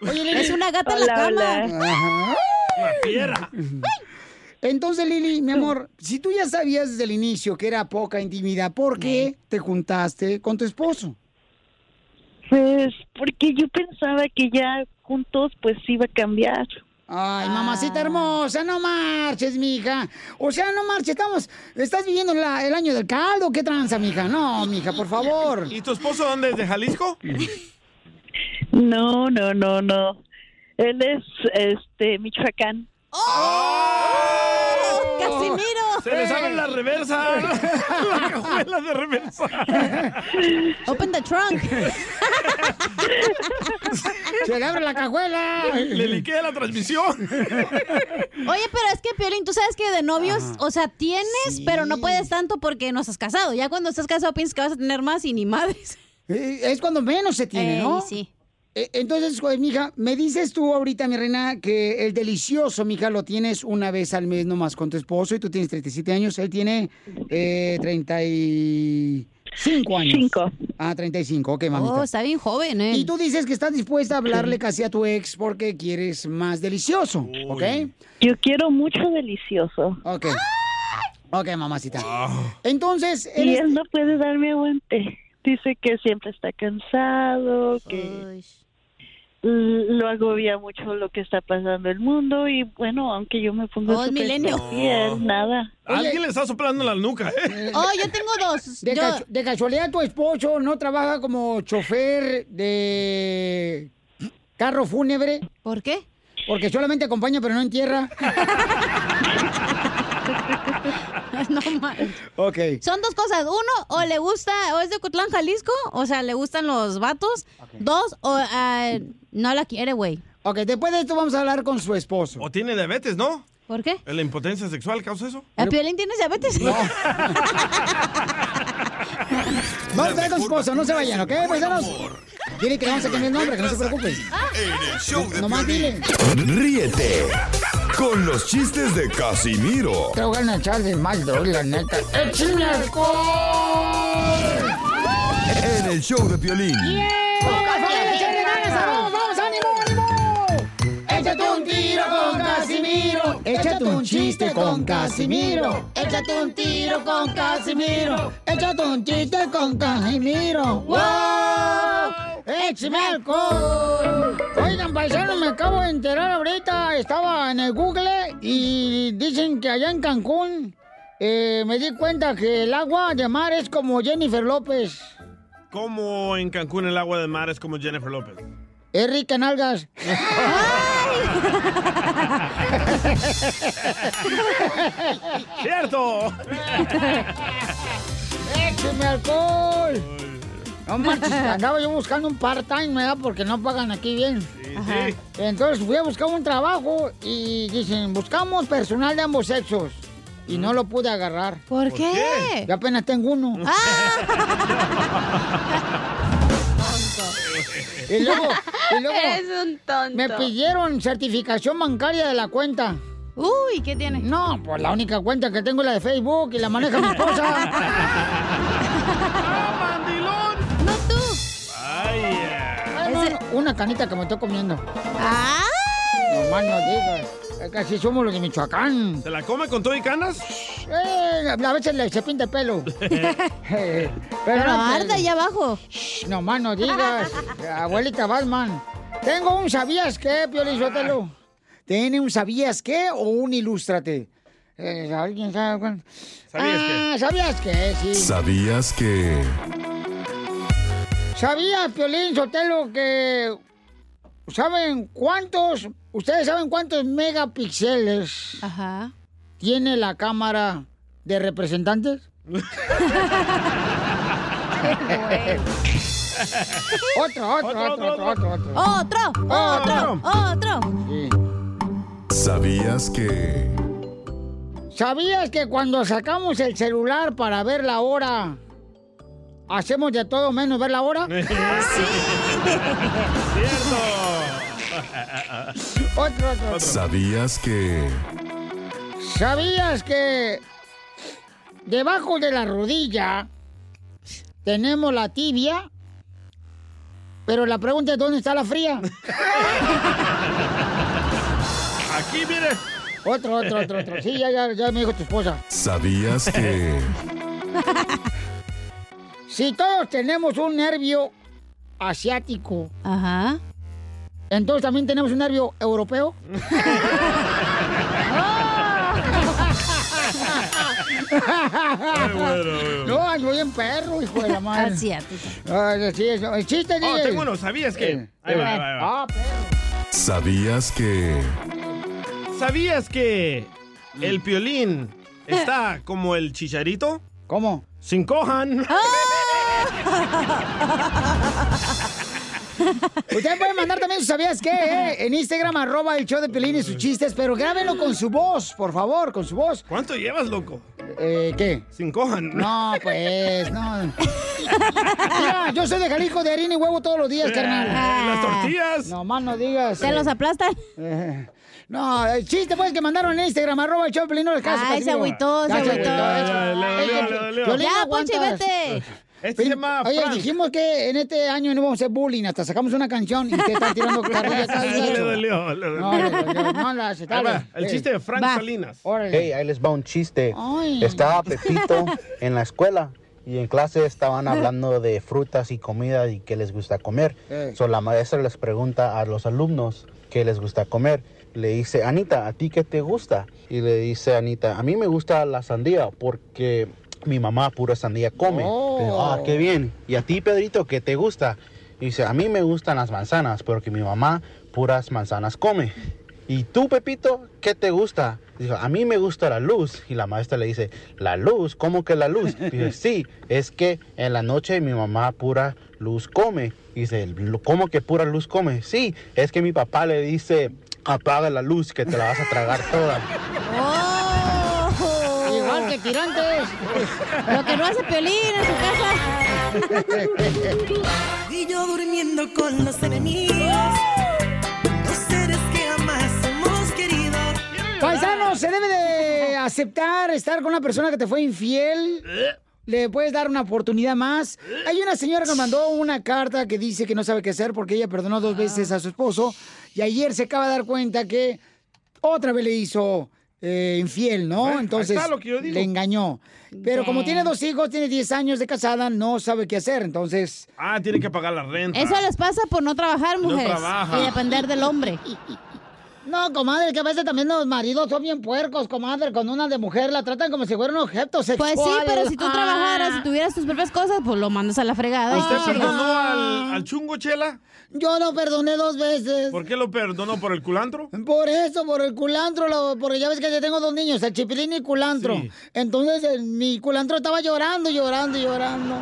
Oye, Lili. Ah. Es una gata en la cama. Ajá. Entonces, Lili, mi amor, si tú ya sabías desde el inicio que era poca intimidad, ¿por qué te juntaste con tu esposo? Pues porque yo pensaba que ya juntos pues iba a cambiar. Ah. Ay, mamacita hermosa, no marches, mija. O sea, no marches, estamos, estás viviendo la- el año del caldo, qué tranza, mija. No, mija, por favor. ¿Y tu esposo dónde es? ¿De Jalisco? No, no, no, no. Él es este Michoacán. ¡Oh! ¡Casimiro! ¡Oh! ¡Se le saben la reversa! ¡La cajuela de reversa! Open the trunk. ¡Se le abre la cajuela! ¡Le liqué la transmisión! Oye, pero es que, Piolín, tú sabes que de novios, o sea, tienes, pero no puedes tanto porque no estás casado. Ya cuando estás casado piensas que vas a tener más y ni madres. Eh, Es cuando menos se tiene, Ey, ¿no? sí. Eh, Entonces, pues, mija, me dices tú ahorita, mi reina, que el delicioso, mija, lo tienes una vez al mes nomás con tu esposo y tú tienes 37 años, él tiene eh, 35 años. 5. Ah, 35, ok, mamita. Oh, está bien joven, ¿eh? Y tú dices que estás dispuesta a hablarle casi a tu ex porque quieres más delicioso, ¿ok? Yo quiero mucho delicioso. Ok. Ok, mamacita. Entonces, Y eres- él no puede darme aguante. Dice que siempre está cansado, que l- lo agobia mucho lo que está pasando el mundo y bueno, aunque yo me Pues pongo Oh, el súper milenio. fiel, nada. Alguien le está soplando la nuca, ¿eh? Oh, yo tengo dos. De, Yo- cachu- de casualidad, tu esposo no trabaja como chofer de carro fúnebre. ¿Por qué? Porque solamente acompaña, pero no entierra. no man. Ok. Son dos cosas. Uno, o le gusta, o es de Cutlán, Jalisco, o sea, le gustan los vatos. Dos, o ah, no la quiere, güey. Ok, después de esto vamos a hablar con su esposo. ¿O tiene diabetes, no? ¿Por qué? ¿La impotencia sexual causa eso? ¿El Piolín tienes diabetes? Vamos a hablar con su esposo, no se vayan, ¿ok? Paisanos. Dile que le vamos a cambiar el nombre, que no se preocupen. No más dile. Ríete con los chistes de Casimiro Te voy a echar de mal, la neta. ¡Échame alcohol! en el show de Piolín. ¡Vamos, vamos, ánimo, ánimo! Échate un tiro con Casimiro. Échate un chiste con Casimiro. Échate un tiro con Casimiro. Échate un chiste con Casimiro. ¡Wow! ¡Échame alcohol! Oigan, paisano, me acabo de enterar ahorita. Estaba en el Google y dicen que allá en Cancún eh, me di cuenta que el agua de mar es como Jennifer López. Como en Cancún el agua de mar es como Jennifer López. Es rica en algas. ¡Cierto! ¡Écheme alcohol! No manches, andaba yo buscando un part-time, ¿verdad? Porque no pagan aquí bien. Ajá. Entonces fui a buscar un trabajo y dicen, buscamos personal de ambos sexos. Y no lo pude agarrar. Mm. ¿Por qué? Ah. qué? Yo apenas tengo uno. Y luego, y luego Eres un tonto. me pidieron certificación bancaria de la cuenta. Uy, ¿qué tiene? No, pues la única cuenta que tengo es la de Facebook y la maneja mi esposa. No tú. Ay, no, no, una canita que me estoy comiendo. No más no digas. Es que así somos los de Michoacán. ¿Se la come con todo y canas? Eh, a veces le, se pinta el pelo. Eh, Pero no, arde ahí abajo. Shh, No más no digas. Abuelita Batman. Tengo un sabías qué, Piolín Sotelo. ¿Tiene un sabías qué o un ilústrate? Eh, ¿Alguien sabe cuál? ¿Sabías qué? Ah, ¿Sabías qué? Sí. ¿Sabías que... ¿Sabías, Piolín Sotelo, que... ¿Saben cuántos... Ustedes saben cuántos megapíxeles tiene la cámara de representantes? otro, otro, otro, otro, otro, otro. Otro, otro, otro. ¿Sabías que... ¿Sabías que cuando sacamos el celular para ver la hora, hacemos de todo menos ver la hora? Otro, otro, otro. ¿Sabías que... ¿Sabías que debajo de la rodilla tenemos la tibia? Pero la pregunta es, ¿dónde está la fría? Aquí, mire. Otro, otro, otro, otro. Sí, ya, ya, ya me dijo tu esposa. ¿Sabías que... Si todos tenemos un nervio asiático, Ajá. entonces también tenemos un nervio europeo. No, ando bien perro, hijo de la madre. Asiático. Ah, sí, eso. El chiste, Oh, DJ. tengo uno, ¿sabías qué? Ahí va, ahí va, ahí va. Ah, perro. ¿Sabías que... ¿Sabías que el piolín está como el chicharito? ¿Cómo? Sin cojan. ¡Ah! Usted puede Eh, mandar también sus sabías qué, ¿eh? En Instagram, arroba el show de Pelín y sus chistes, pero grábenlo con su voz, por favor, con su voz. ¿Cuánto llevas, loco? Eh, ¿qué? Sin cojan. No, pues, no. Mira, yo soy de Jalisco de harina y huevo todos los días, carnal. Eh, las tortillas. No, más no digas. ¿Se los aplastan? No, el chiste pues que mandaron en Instagram, arroba el show de Pelín, no les caso. Ay, se agüitó, se agüitó. Ya, Poncho, y vete. Este se llama Ah, Oye, Frank. dijimos que en este año no vamos a hacer bullying, hasta sacamos una canción y te están tirando carrilla acá. Le dolió, le dolió. No, le dolió, no la Ahí va, el chiste de Frank Va. Salinas. Hey, ahí les va un chiste. Ay. Estaba Pepito en la escuela y en clase estaban hablando de frutas y comida y qué les gusta comer. Ey. So, la maestra les pregunta a los alumnos qué les gusta comer. Le dice, Anita, ¿a ti qué te gusta? Y le dice Anita, a mí me gusta la sandía porque mi mamá pura sandía come. Dice, Oh. ah, qué bien. ¿Y a ti, Pedrito, qué te gusta? Y dice, a mí me gustan las manzanas porque mi mamá puras manzanas come. ¿Y tú, Pepito, qué te gusta? Dijo, a mí me gusta la luz. Y la maestra le dice, ¿la luz? ¿Cómo que la luz? Dice, sí, es que en la noche mi mamá pura luz come. Dice, "Lu- ¿cómo que pura luz come? Sí, es que mi papá le dice, apaga la luz que te la vas a tragar toda. Igual que tirantes. Lo que no hace Pelín en su casa. Y yo durmiendo con los enemigos. Los seres que jamás hemos querido. Paisano, se debe de aceptar estar con una persona que te fue infiel. Le puedes dar una oportunidad más. Hay una señora que mandó una carta que dice que no sabe qué hacer porque ella perdonó Ah. dos veces a su esposo y ayer se acaba de dar cuenta que otra vez le hizo eh, infiel, Ahí ¿no? está Entonces lo que yo digo. le engañó. Pero como tiene dos hijos, tiene 10 años de casada, no sabe qué hacer. Entonces, Ah, tiene que pagar la renta. Eso les pasa por no trabajar, No mujeres. trabaja. Y depender del hombre. No, comadre, que a veces también los maridos son bien puercos, comadre. Con una de mujer la tratan como si fuera un objeto sexual. Ah. Pues sí, pero si tú trabajaras, si tuvieras tus propias cosas, pues lo mandas a la fregada. ¿Usted Ah. perdonó al, al chungo, Chela? Yo lo perdoné dos veces. ¿Por qué lo perdonó? ¿Por el culantro? Em, Por eso, por el culantro, lo- porque ya ves que yo tengo dos niños, el chipilín y el culantro. Sí. Entonces, el- mi culantro estaba llorando, llorando, llorando.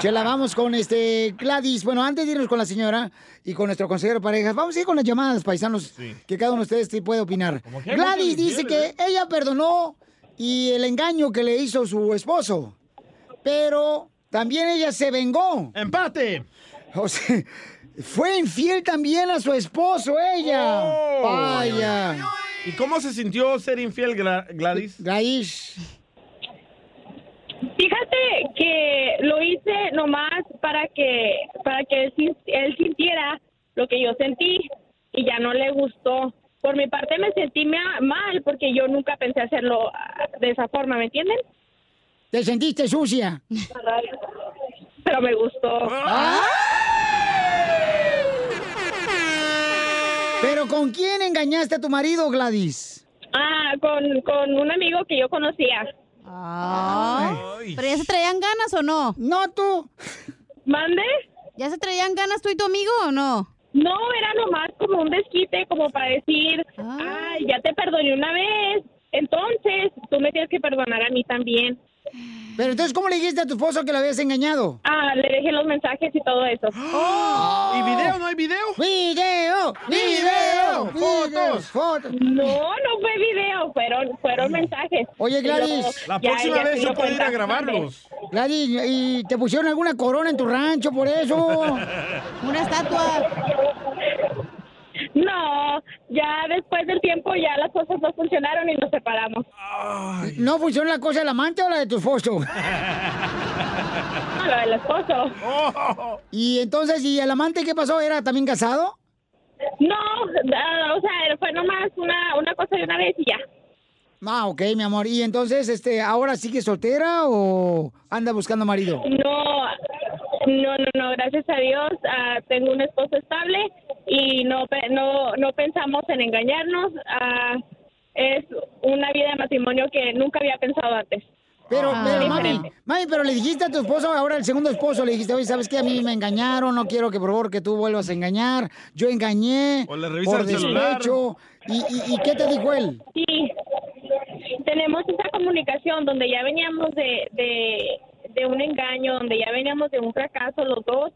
Chela, vamos con este Gladys. Bueno, antes de irnos con la señora y con nuestro consejero de parejas, vamos a ir con las llamadas, paisanos, que cada uno de ustedes sí puede opinar. que hay Gladys muchos dice que infieles, ella perdonó y el engaño que le hizo su esposo, pero también ella se vengó. ¡Empate! O sea, fue infiel también a su esposo ella. Vaya. Oh. ¿Y cómo se sintió ser infiel, Gla- Gladys? Gladys. Fíjate que lo hice nomás para que para que él, sin- él sintiera lo que yo sentí y ya no le gustó. Por mi parte me sentí ma- mal porque yo nunca pensé hacerlo ah, de esa forma, ¿me entienden? ¿Te sentiste sucia? Pero me gustó. Ah. ¿Pero con quién engañaste a tu marido, Gladys? Ah, con, con un amigo que yo conocía. Ah. ¿Pero ya se traían ganas o no? No, tú. ¿Mande? ¿Ya se traían ganas tú y tu amigo o no? No, era nomás como un desquite, como para decir, ay, ya te perdoné una vez, entonces tú me tienes que perdonar a mí también. Pero entonces, ¿cómo le dijiste a tu esposo que lo habías engañado? ¡Oh! Ah, le dejé los mensajes y todo eso. ¿Y video? ¿No hay video? ¡Video! ¡Video! ¡Fotos! ¡Fotos! No, no fue video, fueron, fueron mensajes. Oye, Gladys. Ya ella se dio cuenta. Gladys, ¿y te pusieron alguna corona en tu rancho por eso? Una estatua. No, ya después del tiempo ya las cosas no funcionaron y nos separamos. ¿No funciona la cosa del amante o la de tu esposo? la del esposo. Oh. Y entonces, ¿y el amante qué pasó? ¿Era también casado? No, o sea, fue nomás una, una cosa de una vez y ya. Ah, ok, mi amor. Y entonces, este, ¿ahora sigue soltera o anda buscando marido? No, no, no, no, gracias a Dios ah, tengo un esposo estable y no, pe- no, no pensamos en engañarnos. ah, es una vida de matrimonio que nunca había pensado antes. Pero, Ah. pero, mami, Diferente. mami, pero le dijiste a tu esposo, ahora el segundo esposo, le dijiste, oye, ¿sabes qué? A mí me engañaron, no quiero que por favor que tú vuelvas a engañar. Yo engañé O le revisa por el celular. despecho. ¿Y, y, y qué te dijo él? Sí, tenemos esa comunicación donde ya veníamos de, de, de un engaño, donde ya veníamos de un fracaso los dos,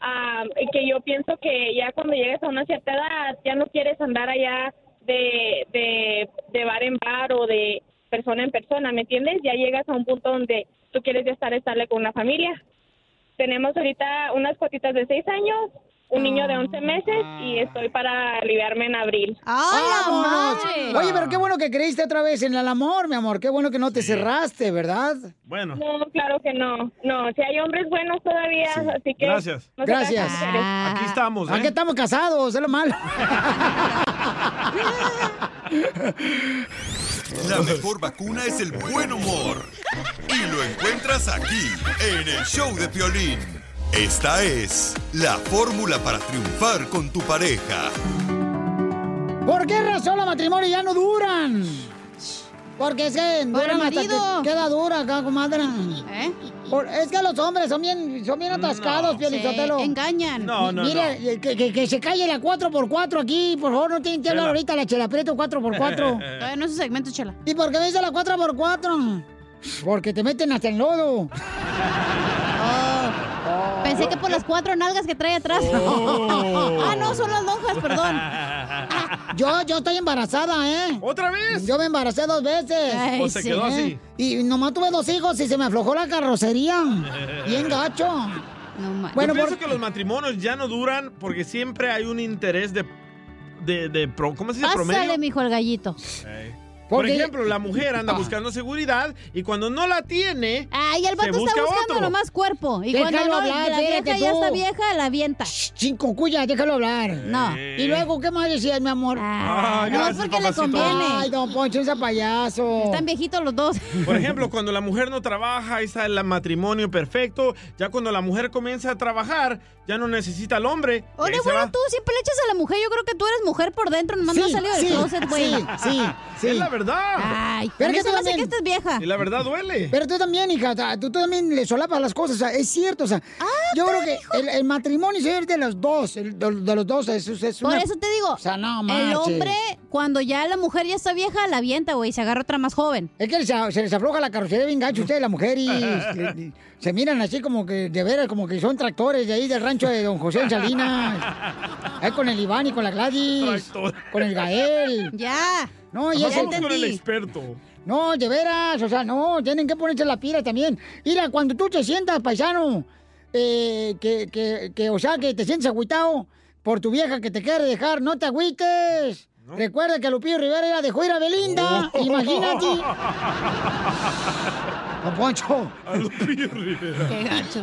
ah, que yo pienso que ya cuando llegas a una cierta edad ya no quieres andar allá de, de, de bar en bar o de persona en persona, ¿me entiendes? Ya llegas a un punto donde tú quieres ya estar estable con una familia. Tenemos ahorita unas cuatitas de seis años, un niño de 11 meses Ah. y estoy para aliviarme en abril. ¡Vámonos! Oye, pero qué bueno que creíste otra vez en el amor, mi amor. Qué bueno que no te cerraste, ¿verdad? Bueno. No, claro que no. No, si hay hombres buenos todavía, así que... Gracias. no se Gracias. casen, mujeres. Aquí estamos, Aquí ¿eh? estamos casados, es lo malo. La mejor vacuna es el buen humor. Y lo encuentras aquí, en el show de Piolín. Esta es la fórmula para triunfar con tu pareja. ¿Por qué razón los matrimonios ya no duran? Porque es que duran hasta que marido. queda dura acá, comadre. Por- es que los hombres son bien, son bien ¿Eh? atascados, No. Pio Lizotelo. Sí, engañan. No, no, Mira, eh, Que, que- que se calle la 4x4 aquí, por favor, no tienen que hablar Chela. ahorita la chela Prieto 4x4. Todavía no es un segmento, chela. ¿Y por qué me dice la 4x4? Porque te meten hasta el lodo. Oh. Pensé que por las cuatro nalgas que trae atrás. Oh. ah, no, son las lonjas, perdón. Yo, yo estoy embarazada, ¿eh? ¿Otra vez? Yo me embaracé dos veces. Ay, O se sí. ¿eh? quedó así. Y nomás tuve dos hijos y se me aflojó la carrocería. Bien gacho. Bueno, Bueno, Yo pienso por- que los matrimonios ya no duran porque siempre hay un interés de... de, de pro- ¿Cómo se dice? Pásale, Promedio. mijo, el gallito. Ey. Por Porque- ejemplo, la mujer anda Ah. buscando seguridad y cuando no la tiene... Ay, el se vato busca está buscando otro. nomás cuerpo. Y Déjalo cuando no, hablar, la espérate vieja ya tú. está vieja, la avienta. Cinco cuya, déjalo hablar. No. Y luego, ¿qué más decías, mi amor? Ah, No, gracias, porque le papacito. conviene. Ay, don Poncho, ese payaso. Están viejitos los dos. Por ejemplo, cuando la mujer no trabaja, ahí está el matrimonio perfecto. Ya cuando la mujer comienza a trabajar, ya no necesita al hombre. y ahí Oye, se bueno, va. tú siempre le echas a la mujer. Yo creo que tú eres mujer por dentro. Nomás no Sí, has salido del sí, closet, güey. sí, sí, sí. Es la verdad. Ay, Pero a mí que se tú me hace también- que estás vieja. Y la verdad duele. Pero tú también, hija, o sea, tú, tú también le solapas las cosas, o sea, es cierto, o sea, Ah, yo creo que el, el matrimonio señor, es de los dos, el- de, de los dos, es, es Por una- eso te digo, o sea, no, el marches. hombre, cuando ya la mujer ya está vieja, la avienta, güey, y se agarra otra más joven. Es que se, se les afloja la carrocería bien gacho a ustedes, la mujer, y, y- y se miran así como que, de veras, como que son tractores de ahí del rancho de don José en Salinas. Ahí con el Iván y con la Gladys, con el Gael. Ya. No, ya, Ahora se vamos con el entendí. experto. No, de veras, o sea, no, tienen que ponerse la pila también. Mira, cuando tú te sientas, paisano, eh, que, que, que, o sea, que te sientes agüitado por tu vieja que te quiere dejar, no te agüites. Recuerda que Lupillo Rivera era de Juira Belinda. Oh. Imagínate. Don Poncho. Qué gacho.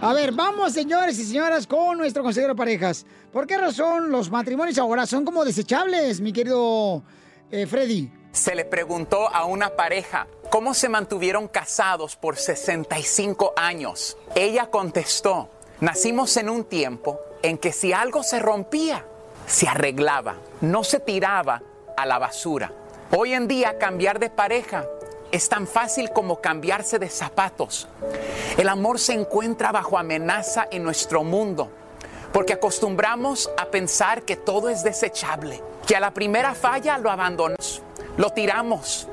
A ver, vamos, señores y señoras, con nuestro consejero de parejas. ¿Por qué razón los matrimonios ahora son como desechables, mi querido eh, Freddy? Se le preguntó a una pareja cómo se mantuvieron casados por 65 años. Ella contestó, nacimos en un tiempo en que si algo se rompía, se arreglaba, no se tiraba a la basura. Hoy en día cambiar de pareja es tan fácil como cambiarse de zapatos. El amor se encuentra bajo amenaza en nuestro mundo, porque acostumbramos a pensar que todo es desechable, que a la primera falla lo abandonamos, lo tiramos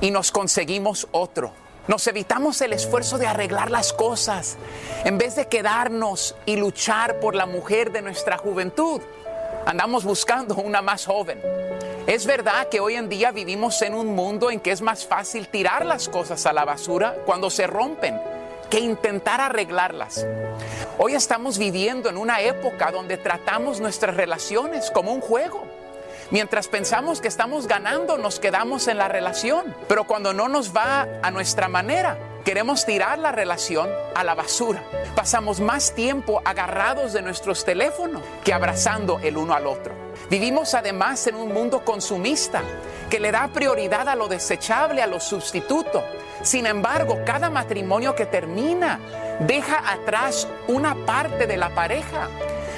y nos conseguimos otro. Nos evitamos el esfuerzo de arreglar las cosas, en vez de quedarnos y luchar por la mujer de nuestra juventud. Andamos buscando una más joven. Es verdad que hoy en día vivimos en un mundo en que es más fácil tirar las cosas a la basura cuando se rompen que intentar arreglarlas. Hoy estamos viviendo en una época donde tratamos nuestras relaciones como un juego. Mientras pensamos que estamos ganando, nos quedamos en la relación. Pero cuando no nos va a nuestra manera, queremos tirar la relación a la basura. Pasamos más tiempo agarrados de nuestros teléfonos que abrazando el uno al otro. Vivimos además en un mundo consumista que le da prioridad a lo desechable, a lo sustituto. Sin embargo, cada matrimonio que termina deja atrás una parte de la pareja.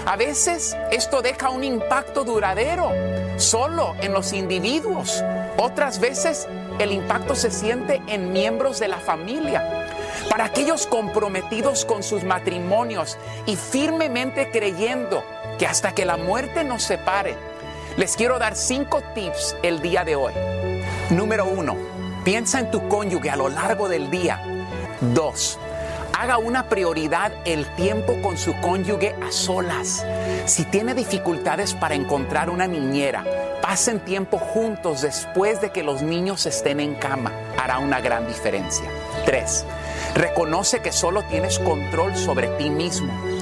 A veces esto deja un impacto duradero solo en los individuos. Otras veces el impacto se siente en miembros de la familia. Para aquellos comprometidos con sus matrimonios y firmemente creyendo que hasta que la muerte nos separe, les quiero dar cinco tips el día de hoy. Número uno, piensa en tu cónyuge a lo largo del día. Dos, haga una prioridad el tiempo con su cónyuge a solas. Si tiene dificultades para encontrar una niñera, pasen tiempo juntos después de que los niños estén en cama. Hará una gran diferencia. 3. Reconoce que solo tienes control sobre ti mismo.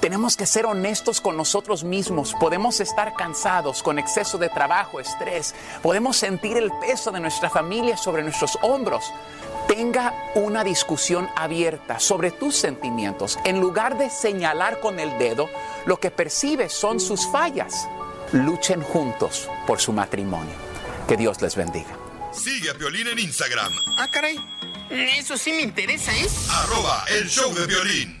Tenemos que ser honestos con nosotros mismos. Podemos estar cansados con exceso de trabajo, estrés. Podemos sentir el peso de nuestra familia sobre nuestros hombros. Tenga una discusión abierta sobre tus sentimientos. En lugar de señalar con el dedo, lo que percibes son sus fallas. Luchen juntos por su matrimonio. Que Dios les bendiga. Sigue a Piolín en Instagram. Ah, caray. Eso sí me interesa, ¿eh? ¿es? Arroba el show de violín.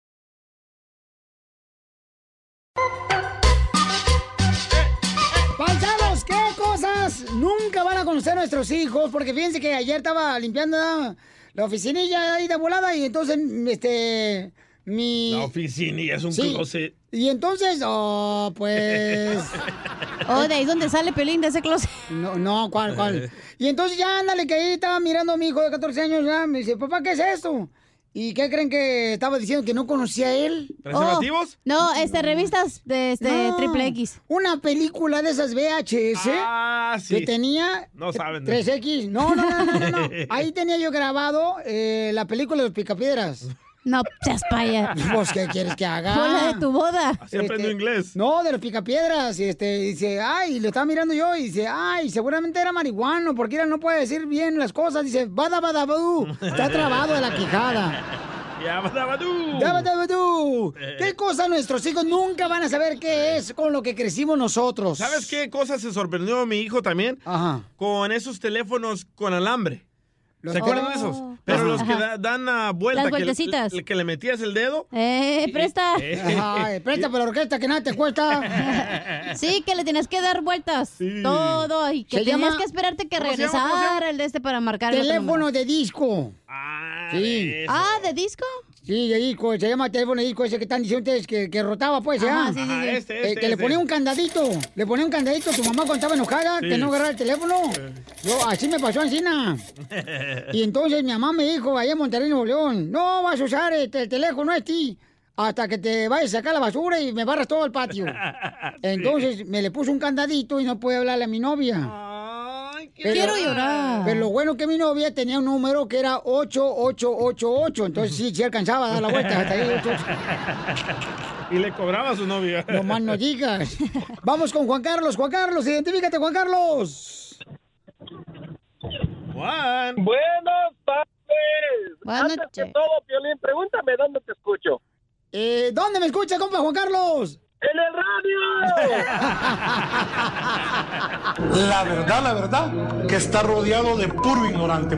Paisanos, ¿qué cosas nunca van a conocer nuestros hijos? Porque fíjense que ayer estaba limpiando la- la oficinilla ahí de volada y entonces, este, mi... La oficina y es un Sí. closet. Y entonces, oh, pues... Oh, de ahí es donde sale Pelín de ese closet. No, no, ¿cuál, cuál? Y entonces ya ándale, que ahí estaba mirando a mi hijo de 14 años, ya, me dice, papá, ¿qué es esto? ¿Y qué creen que estaba diciendo que no conocía a él? ¿Preservativos? No, este, revistas de este, Triple X. Una película de esas VHS Ah, sí. que tenía No saben. 3X. No, no, no, no, no, no. Ahí tenía yo grabado eh, la película de los Picapiedras. No, seas paya. Pues, ¿qué quieres que haga? Fue la de tu boda. Así aprendió inglés. No, de los picapiedras. Y este, y dice, ay, lo estaba mirando yo. Y dice, ay, seguramente era marihuano, porque él no puede decir bien las cosas. Dice, bada, bada, badú. Está trabado de la quijada. Ya, badabadú. Daba, daba, dú. ¿Qué cosa nuestros hijos nunca van a saber qué es con lo que crecimos nosotros? ¿Sabes qué cosa se sorprendió mi hijo también? Con esos teléfonos con alambre. Los ¿Se acuerdan de Oh. teléfonos- esos? Pero Ajá. los que Ajá. da- dan ah, vuelta. Las que le- vueltecitas. le- Que le, metías el dedo. Eh, presta. Ay, eh, presta para la orquesta que nada te cuesta. Sí, que le tenías que dar vueltas. Todo. Y que Se tenías llama- que esperarte que ¿Cómo se llama? ¿Cómo se regresara el de este para marcar el otro Teléfono número. de disco. Sí. Ah, ¿de disco? Sí, de disco. Se llama teléfono de disco ese que están diciendo ustedes que, que rotaba, pues, Ajá, ¿ya? sí, sí, sí. Ajá, este, Eh, este, que le este. ponía un candadito. Le ponía un candadito. Tu mamá cuando estaba enojada, Sí. que no agarraba el teléfono. Yo, así me pasó encina. Y entonces mi mamá me dijo, allá en Monterrey, Nuevo León, no vas a usar este, el teléfono este hasta que te vayas a sacar la basura y me barras todo el patio. Entonces me le puso un candadito y no pude hablarle a mi novia. Quiero llorar. Pero lo bueno que mi novia tenía un número que era 8888, entonces sí, sí alcanzaba a dar Ah, la vuelta hasta ahí. 88. Y le cobraba a su novia. No más no digas. Vamos con Juan Carlos. Juan Carlos, identifícate, Juan Carlos. Juan. Buenas tardes. Buenas Antes que todo, Piolín, pregúntame dónde te escucho. Eh, ¿Dónde me escucha, compa Juan Carlos? En el radio. La verdad, la verdad, que está rodeado de puro ignorante.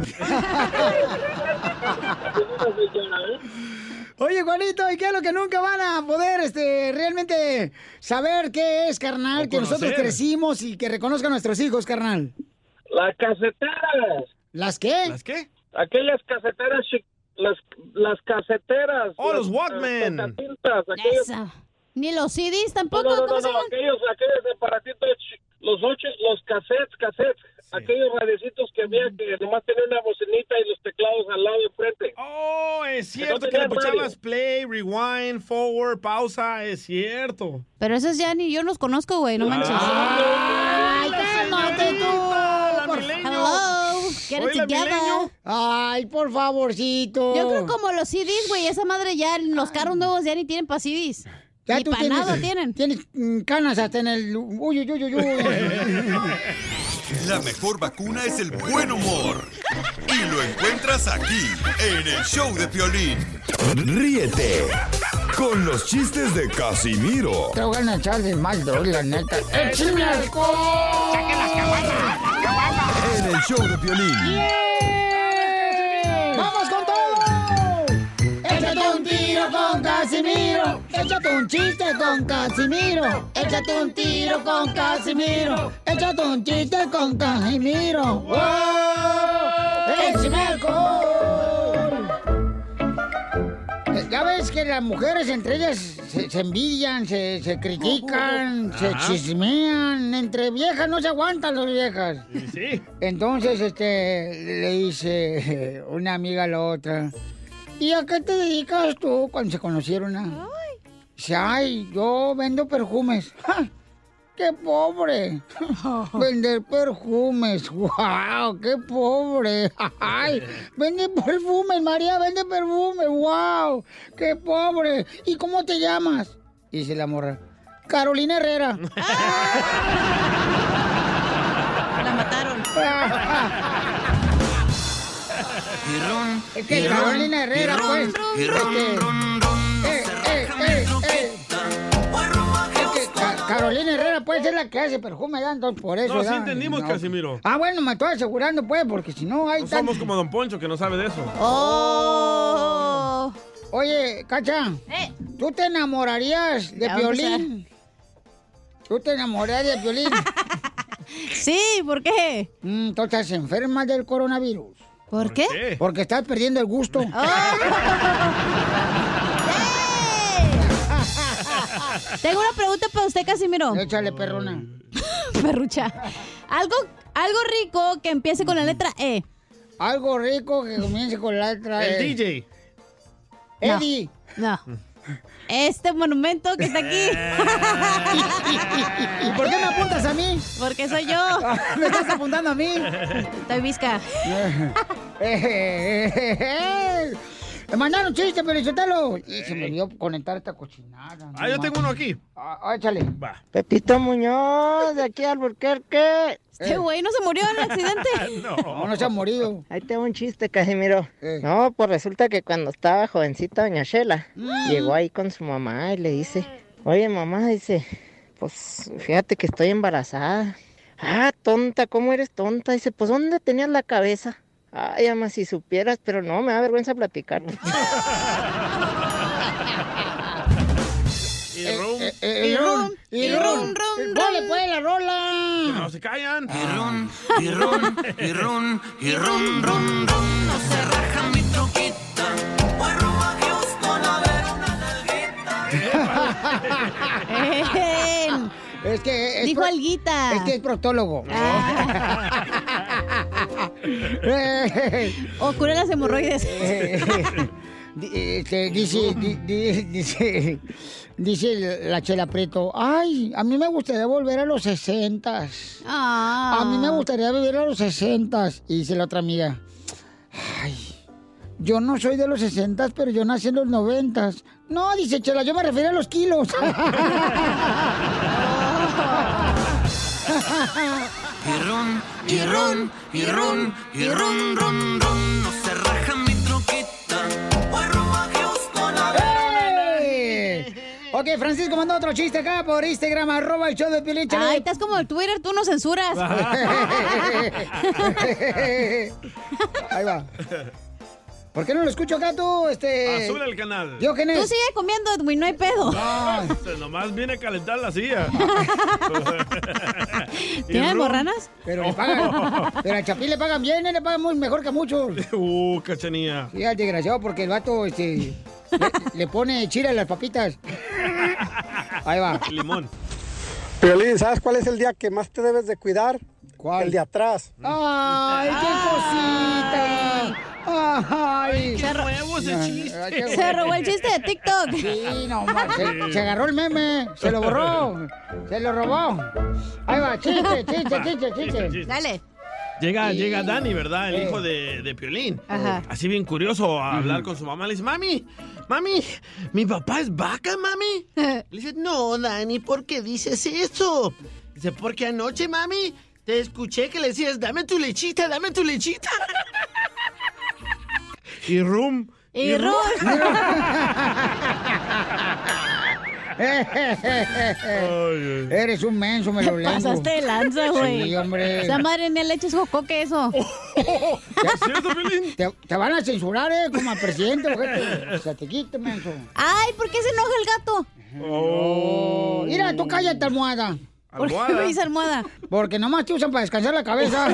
Oye, Juanito, ¿y qué es lo que nunca van a poder este, realmente saber qué es, carnal? O Que nosotros conocer. crecimos y que reconozcan nuestros hijos, carnal. Las caseteras. ¿Las qué? ¿Las qué? Aquellas caseteras, chi- las, las caseteras. Oh, los Walkman. Las eh, tocacintas, aquellos, Esa. Ni los CDs no, tampoco. no, no, ¿Cómo no, se llaman? aquellos, aquellos aparatitos, chi- los ocho, los cassettes, cassettes. Aquellos radiecitos que había que nomás tenían una bocinita y los teclados al lado de frente. Oh, es cierto que tenía le puchabas radio. play, rewind, forward, pausa. Es cierto. Pero esos ya ni yo los conozco, güey. Ah, No manches. Ah, Ay, cálmate tú. Por- Hello. Get it together. Ay, por favorcito. Yo creo como los CDs, güey. Esa madre ya, los carros nuevos ya ni tienen para CDs. Ya ni tú para nada tienes- tienen. Tienes mm, canas hasta en el... Uy, uy, uy, uy, uy. La mejor vacuna es el buen humor. Y lo encuentras aquí, en el show de Piolín. Ríete con los chistes de Casimiro Tengo ganas de echarle más droga, la neta. ¡Eh, ¡Eh, ¡Échame alcohol! ¡Saquen las en el show de Piolín. ¡Vamos con todo! Échate un tiro con Casimiro. Échate un chiste con Casimiro. Échate un tiro con Casimiro. Échate un chiste con Casimiro. ¡Wow! ¡Échame alcohol! Eh, Ya ves que las mujeres entre ellas se, se envidian, se, se critican, se Ajá. chismean. Entre viejas no se aguantan las viejas. Sí. Entonces, este, le dice una amiga a la otra, ¿y a qué te dedicas tú cuando se conocieron? ah?" Dice, ay, yo vendo perfumes. ¡Ja! ¡Qué pobre! Vender perfumes, wow, qué pobre. Ay, vende perfumes, María, vende perfumes, wow, qué pobre. ¿Y cómo te llamas? Dice la morra. Carolina Herrera. La mataron. Es que Carolina Herrera, pues. este, eh, eh, eh, eh. Es que Ca- Carolina Herrera, pues, es la que hace perfume, ya, entonces, por eso. No, sí ya, entendimos, no. Casimiro. Ah, bueno, me estoy asegurando, pues, porque si no hay No somos tantos... como Don Poncho que no sabe de eso. ¡Oh! Oye, Cacha, ¿tú te enamorarías de Ya va a Piolín? ¿Tú te enamorarías de Piolín? sí, ¿por qué? tú estás enferma del coronavirus. ¿Por, qué? Oh. Porque estás perdiendo el gusto. Tengo una pregunta para usted, Casimiro. Échale, perrona. Perrucha. Algo, algo rico que empiece con la letra E. Algo rico que comience con la letra E. El DJ. No. Eddie. No. Este monumento que está aquí. ¿Y por qué me apuntas a mí? Porque soy yo. ¿Me estás apuntando a mí? Estoy visca. Eh, Me eh, mandaron chiste, pero Sotelo. Y se me olvidó conectar esta cochinada. Ah, yo tengo uno aquí. Ah, échale. Va. Pepito Muñoz, de aquí Eh. al Burquerque. Eh. Este güey no se murió en el accidente. No, no se ha morido. Eh. Ahí tengo un chiste, Casimiro. No, pues resulta que cuando estaba jovencita Doña Shela, Mm. llegó ahí con su mamá y le dice, oye mamá, dice, pues fíjate que estoy embarazada. Ah, tonta, ¿cómo eres tonta? Dice, pues ¿dónde tenías la cabeza? Ay, ama, si supieras, pero no, me da vergüenza platicar. Y rum. Eh, Y rum, Eh, y rum, rum. ¡Dale, pues, la rola! No se callan. Y ron, y ron, y ron, ron, ron, no se raja mi troquita. Voy rumbo a Houston a ver una nalguita. Es que es Dijo pro- alguita. Ah. Es que es proctólogo. o cura las hemorroides. Di- Eh, este, dice, di- di- dice, dice la Chela Preto, ay, a mí me gustaría volver a los sesentas. Ah. A mí me gustaría vivir a los sesentas. Y dice la otra amiga, ay, yo no soy de los sesentas, pero yo nací en los noventas. No, dice Chela, yo me refiero a los kilos. Y ron, y ron, y ron, y ron, ron, ron, no se raja mi troquita. Voy rumbo a Houston a ver ¡Ey! Ok, Francisco mandó otro chiste acá por Instagram, arroba el show de Piolín. chale. Ay, estás como el Twitter, tú no censuras. Ah, Ahí va. ¿Por qué no lo escucho acá tú, este...? Azul el canal. Diógenes. Tú sigue comiendo, Edwin, no hay pedo. Se nomás viene a calentar la silla. ¿Tienes rum. morranas? Pero le pagan, pero al Chapín le pagan bien, ¿eh? le pagan muy mejor que a muchos. Uh, cachanía. Sí, al desgraciado, porque el vato, este, le, le pone chile a las papitas. Ahí va. Limón. Piolín, ¿sabes cuál es el día que más te debes de cuidar? ¿Cuál? El de atrás. ¡Ay, qué Ah. cosita! ¡Ay! qué nuevo ese chiste. ay, qué Se bueno. robó el chiste de TikTok. Sí, no, ma- se, se agarró el meme, se lo borró, se lo robó. Ahí va, chiste, chiste, Va, chiste, chiste, chiste. chiste. Dale. Llega, Sí. llega Dani, ¿verdad? El Eh. hijo de, de Piolín. Ajá. Así bien curioso a hablar con su mamá. Le dice, mami, mami, mi papá es vaca, mami. Le dice, no, Dani, ¿por qué dices eso? Dice, porque anoche, mami, te escuché que le decías, dame tu lechita, dame tu lechita. y rum. Y rum. Eres un menso, me lo leo. Pasaste de lanza, güey. Sí, Oh, hombre. Esa madre ni leche es jocoque eso. Te, te van a censurar, ¿eh? Como al presidente, ojete. O sea, te quite, menso. Ay, ¿por qué se enoja el gato? Oh. Oh. Mira, tú cállate, almohada. ¿Por qué Almohada. me dice almohada? Porque nomás te usan para descansar la cabeza.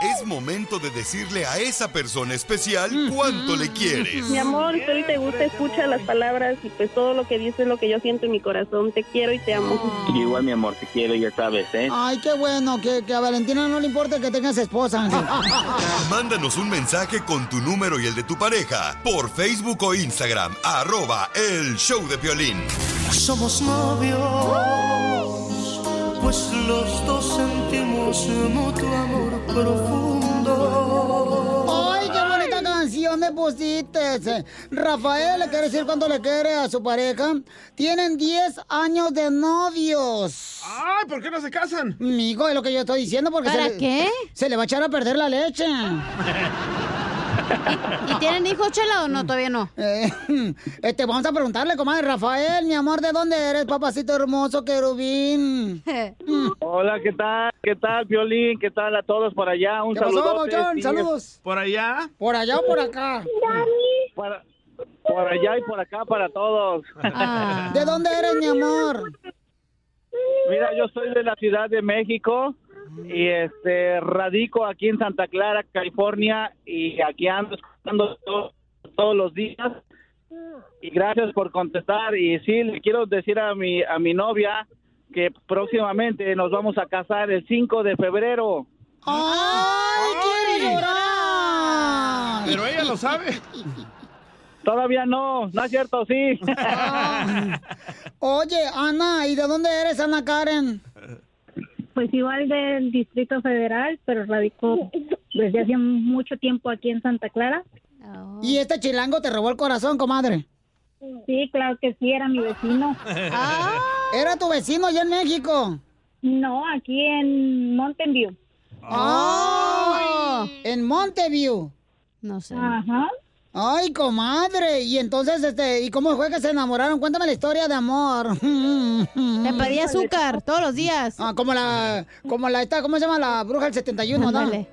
Es momento de decirle a esa persona especial cuánto le quieres. Mi amor, si te gusta, escucha las palabras y pues todo lo que dices es lo que yo siento en mi corazón. Te quiero y te amo. Y igual, mi amor, te quiero, ya sabes, ¿eh? Ay, qué bueno, que, que a Valentina no le importa que tengas esposa. Mándanos un mensaje con tu número y el de tu pareja por Facebook o Instagram, arroba el show de Piolín. somos novios, pues los dos sentimos mutuo amor profundo. ¡Ay, qué bonita canción me pusiste! Rafael le quiere decir cuánto le quiere a su pareja. Tienen 10 años de novios. ¡Ay, ¿por qué no se casan? Migo, es lo que yo estoy diciendo porque... ¿Para se le- qué? Se le va a echar a perder la leche. ¿Y tienen hijos, Chela, o no? Todavía no. este, vamos a preguntarle, comadre Rafael, mi amor, ¿de dónde eres, papacito hermoso, querubín? Hola, ¿qué tal? ¿Qué tal, Violín? ¿Qué tal a todos por allá? Un ¿Qué pasó, saludo. Papuchón? Saludos. ¿Por allá? ¿Por allá o por acá? Para- por allá y por acá para todos. ¿De dónde eres, mi amor? Mira, yo soy de la Ciudad de México y este radico aquí en Santa Clara, California y aquí ando escuchando to- todos los días. Y gracias por contestar y sí le quiero decir a mi a mi novia que próximamente nos vamos a casar el 5 de febrero. ¡Ay, quiero llorar! Pero ella lo sabe. Todavía no, no es cierto, sí. Oye, Ana, ¿y de dónde eres, Ana Karen? Pues igual del Distrito Federal, pero radicó desde hace mucho tiempo aquí en Santa Clara. Oh. ¿Y este chilango te robó el corazón, comadre? Sí, claro que sí, era mi vecino. Ah. ¿Era tu vecino allá en México? No, aquí en Mountain View. ¡Oh! En Monteview. No sé. Ajá. Ay, comadre. Y entonces, este, ¿y cómo fue que se enamoraron? Cuéntame la historia de amor. Te pedía azúcar todos los días. Ah, como la, como la, esta, ¿cómo se llama? La bruja del 71, ¿no? Ándale.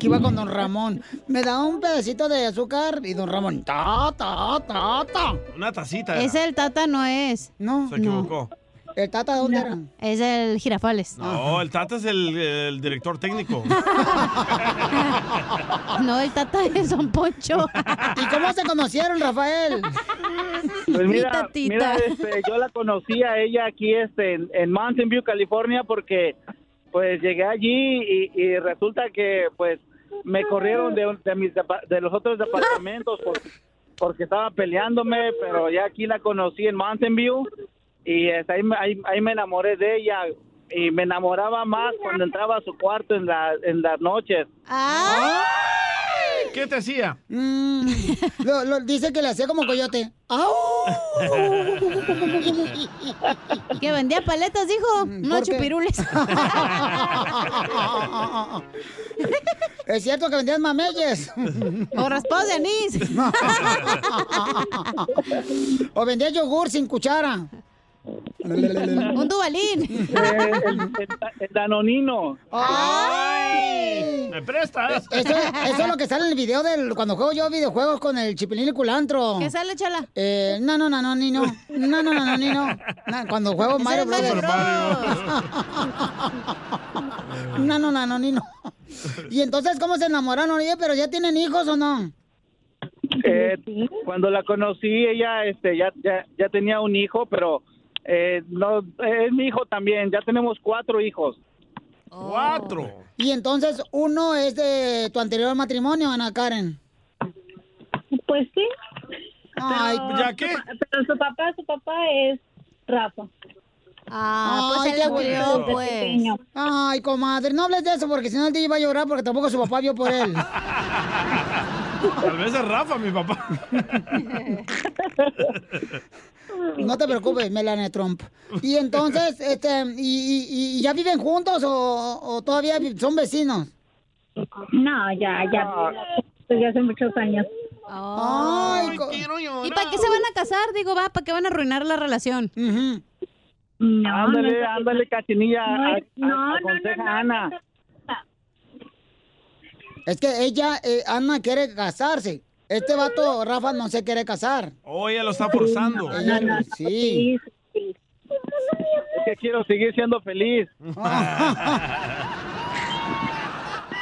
que iba con don Ramón. Me da un pedacito de azúcar y don Ramón, ta, ta, ta, ta. Una tacita. era. Ese el Tata no es. No. Se equivocó. ¿El Tata dónde era? Es el Girafales. No, el Tata es el, el director técnico. No, el Tata es Don Poncho. ¿Y cómo se conocieron, Rafael? Pues Tita, mira, tita. mira, este, yo la conocí a ella aquí este, en, en Mountain View, California, porque pues llegué allí y, y resulta que pues me corrieron de, un- de mis depa- de los otros departamentos por- porque estaba peleándome, pero ya aquí la conocí en Mountain View y este, ahí, me- ahí, ahí me enamoré de ella y me enamoraba más cuando entraba a su cuarto en, la, en las noches. ¿Qué te hacía? Mm, lo- lo- dice que le hacía como coyote. ¡Au! Que vendía paletas, dijo. No Mm, ¿por qué? chupirules. Ah, Es cierto que vendías mameyes. O raspados de anís. o vendías yogur sin cuchara. Un dubalín. El danonino. ¡Ay! ¿Me prestas? Eso, eso es lo que sale en el video del cuando juego yo videojuegos con el chipilín y culantro. ¿Qué sale, chala? Eh, no, no, no, no, ni no. No, no, no, no, ni no. Na- Cuando juego Ese Mario es Mario Brothers. no, no, no, no, ni no. Y entonces, ¿cómo se enamoraron? Oye, pero ya tienen hijos o no? Eh, cuando la conocí, ella este, ya, ya, ya tenía un hijo, pero eh, no, es mi hijo también. Ya tenemos cuatro hijos. Oh. Cuatro. Y entonces, uno es de tu anterior matrimonio, Ana Karen. Pues sí. Ay, Pero su pa- Pero su papá, su papá es Rafa. Ah, pues Ay, él qué la crió, bonito. pues. Ay, comadre, no hables de eso porque si no el DJ va a llorar porque tampoco su papá vio por él. Tal vez es Rafa, mi papá. No te preocupes, Melania Trump. Y entonces, este, y, y- y ya viven juntos o, o todavía vi- son vecinos? No, ya, ya. Desde hace muchos años. Ay, co- ¿Y para qué se van a casar? Digo, va, ¿para qué van a arruinar la relación? no, ándale, no. ándale, cachinilla. No, a- a- no, aconseja no, no, no. a Ana. es que ella, eh, Ana, quiere casarse. Este vato, Rafa, no se quiere casar. Oh, ella lo está forzando. Ella- sí. Es que quiero seguir siendo feliz.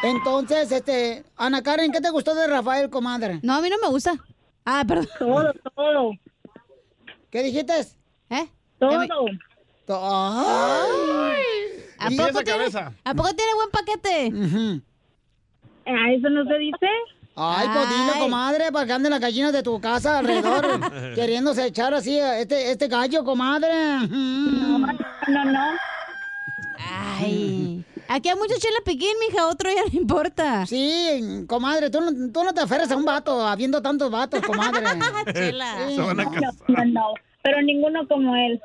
Entonces, este, Ana Karen, ¿qué te gustó de Rafael, comadre? No, a mí no me gusta. Ah, perdón. Todo, todo. ¿Qué dijiste? ¿Eh? Todo. Ay. ¿A Y poco, esa tiene, cabeza. ¿A poco tiene buen paquete? ¿A eso Ah, no se dice? Ay, pues dile, Ay. comadre, para que anden las gallinas de tu casa alrededor queriéndose echar así a este, este gallo, comadre. No, no. Ay. Aquí hay muchos chela piquín, mija, otro ya no importa. Sí, comadre, tú no, tú no te aferres a un vato, habiendo tantos vatos, comadre. Ah, Chela. Se van a no, casar. no, no, pero ninguno como él.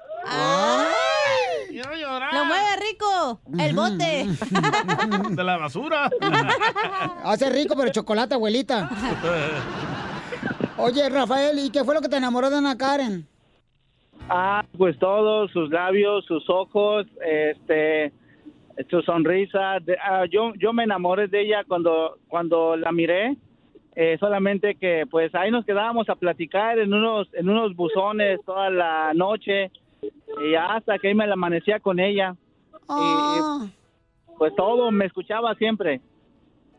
Lo mueve rico. El bote. De la basura. Hace rico, pero chocolate, abuelita. Oye, Rafael, ¿y qué fue lo que te enamoró de Ana Karen? Ah, pues todos, sus labios, sus ojos, este, su sonrisa. De- ah, yo, yo me enamoré de ella cuando, cuando la miré. eh, solamente que, pues ahí nos quedábamos a platicar en unos, en unos buzones toda la noche y hasta que ahí me la amanecía con ella. Eh, Ah. Pues todo, me escuchaba siempre.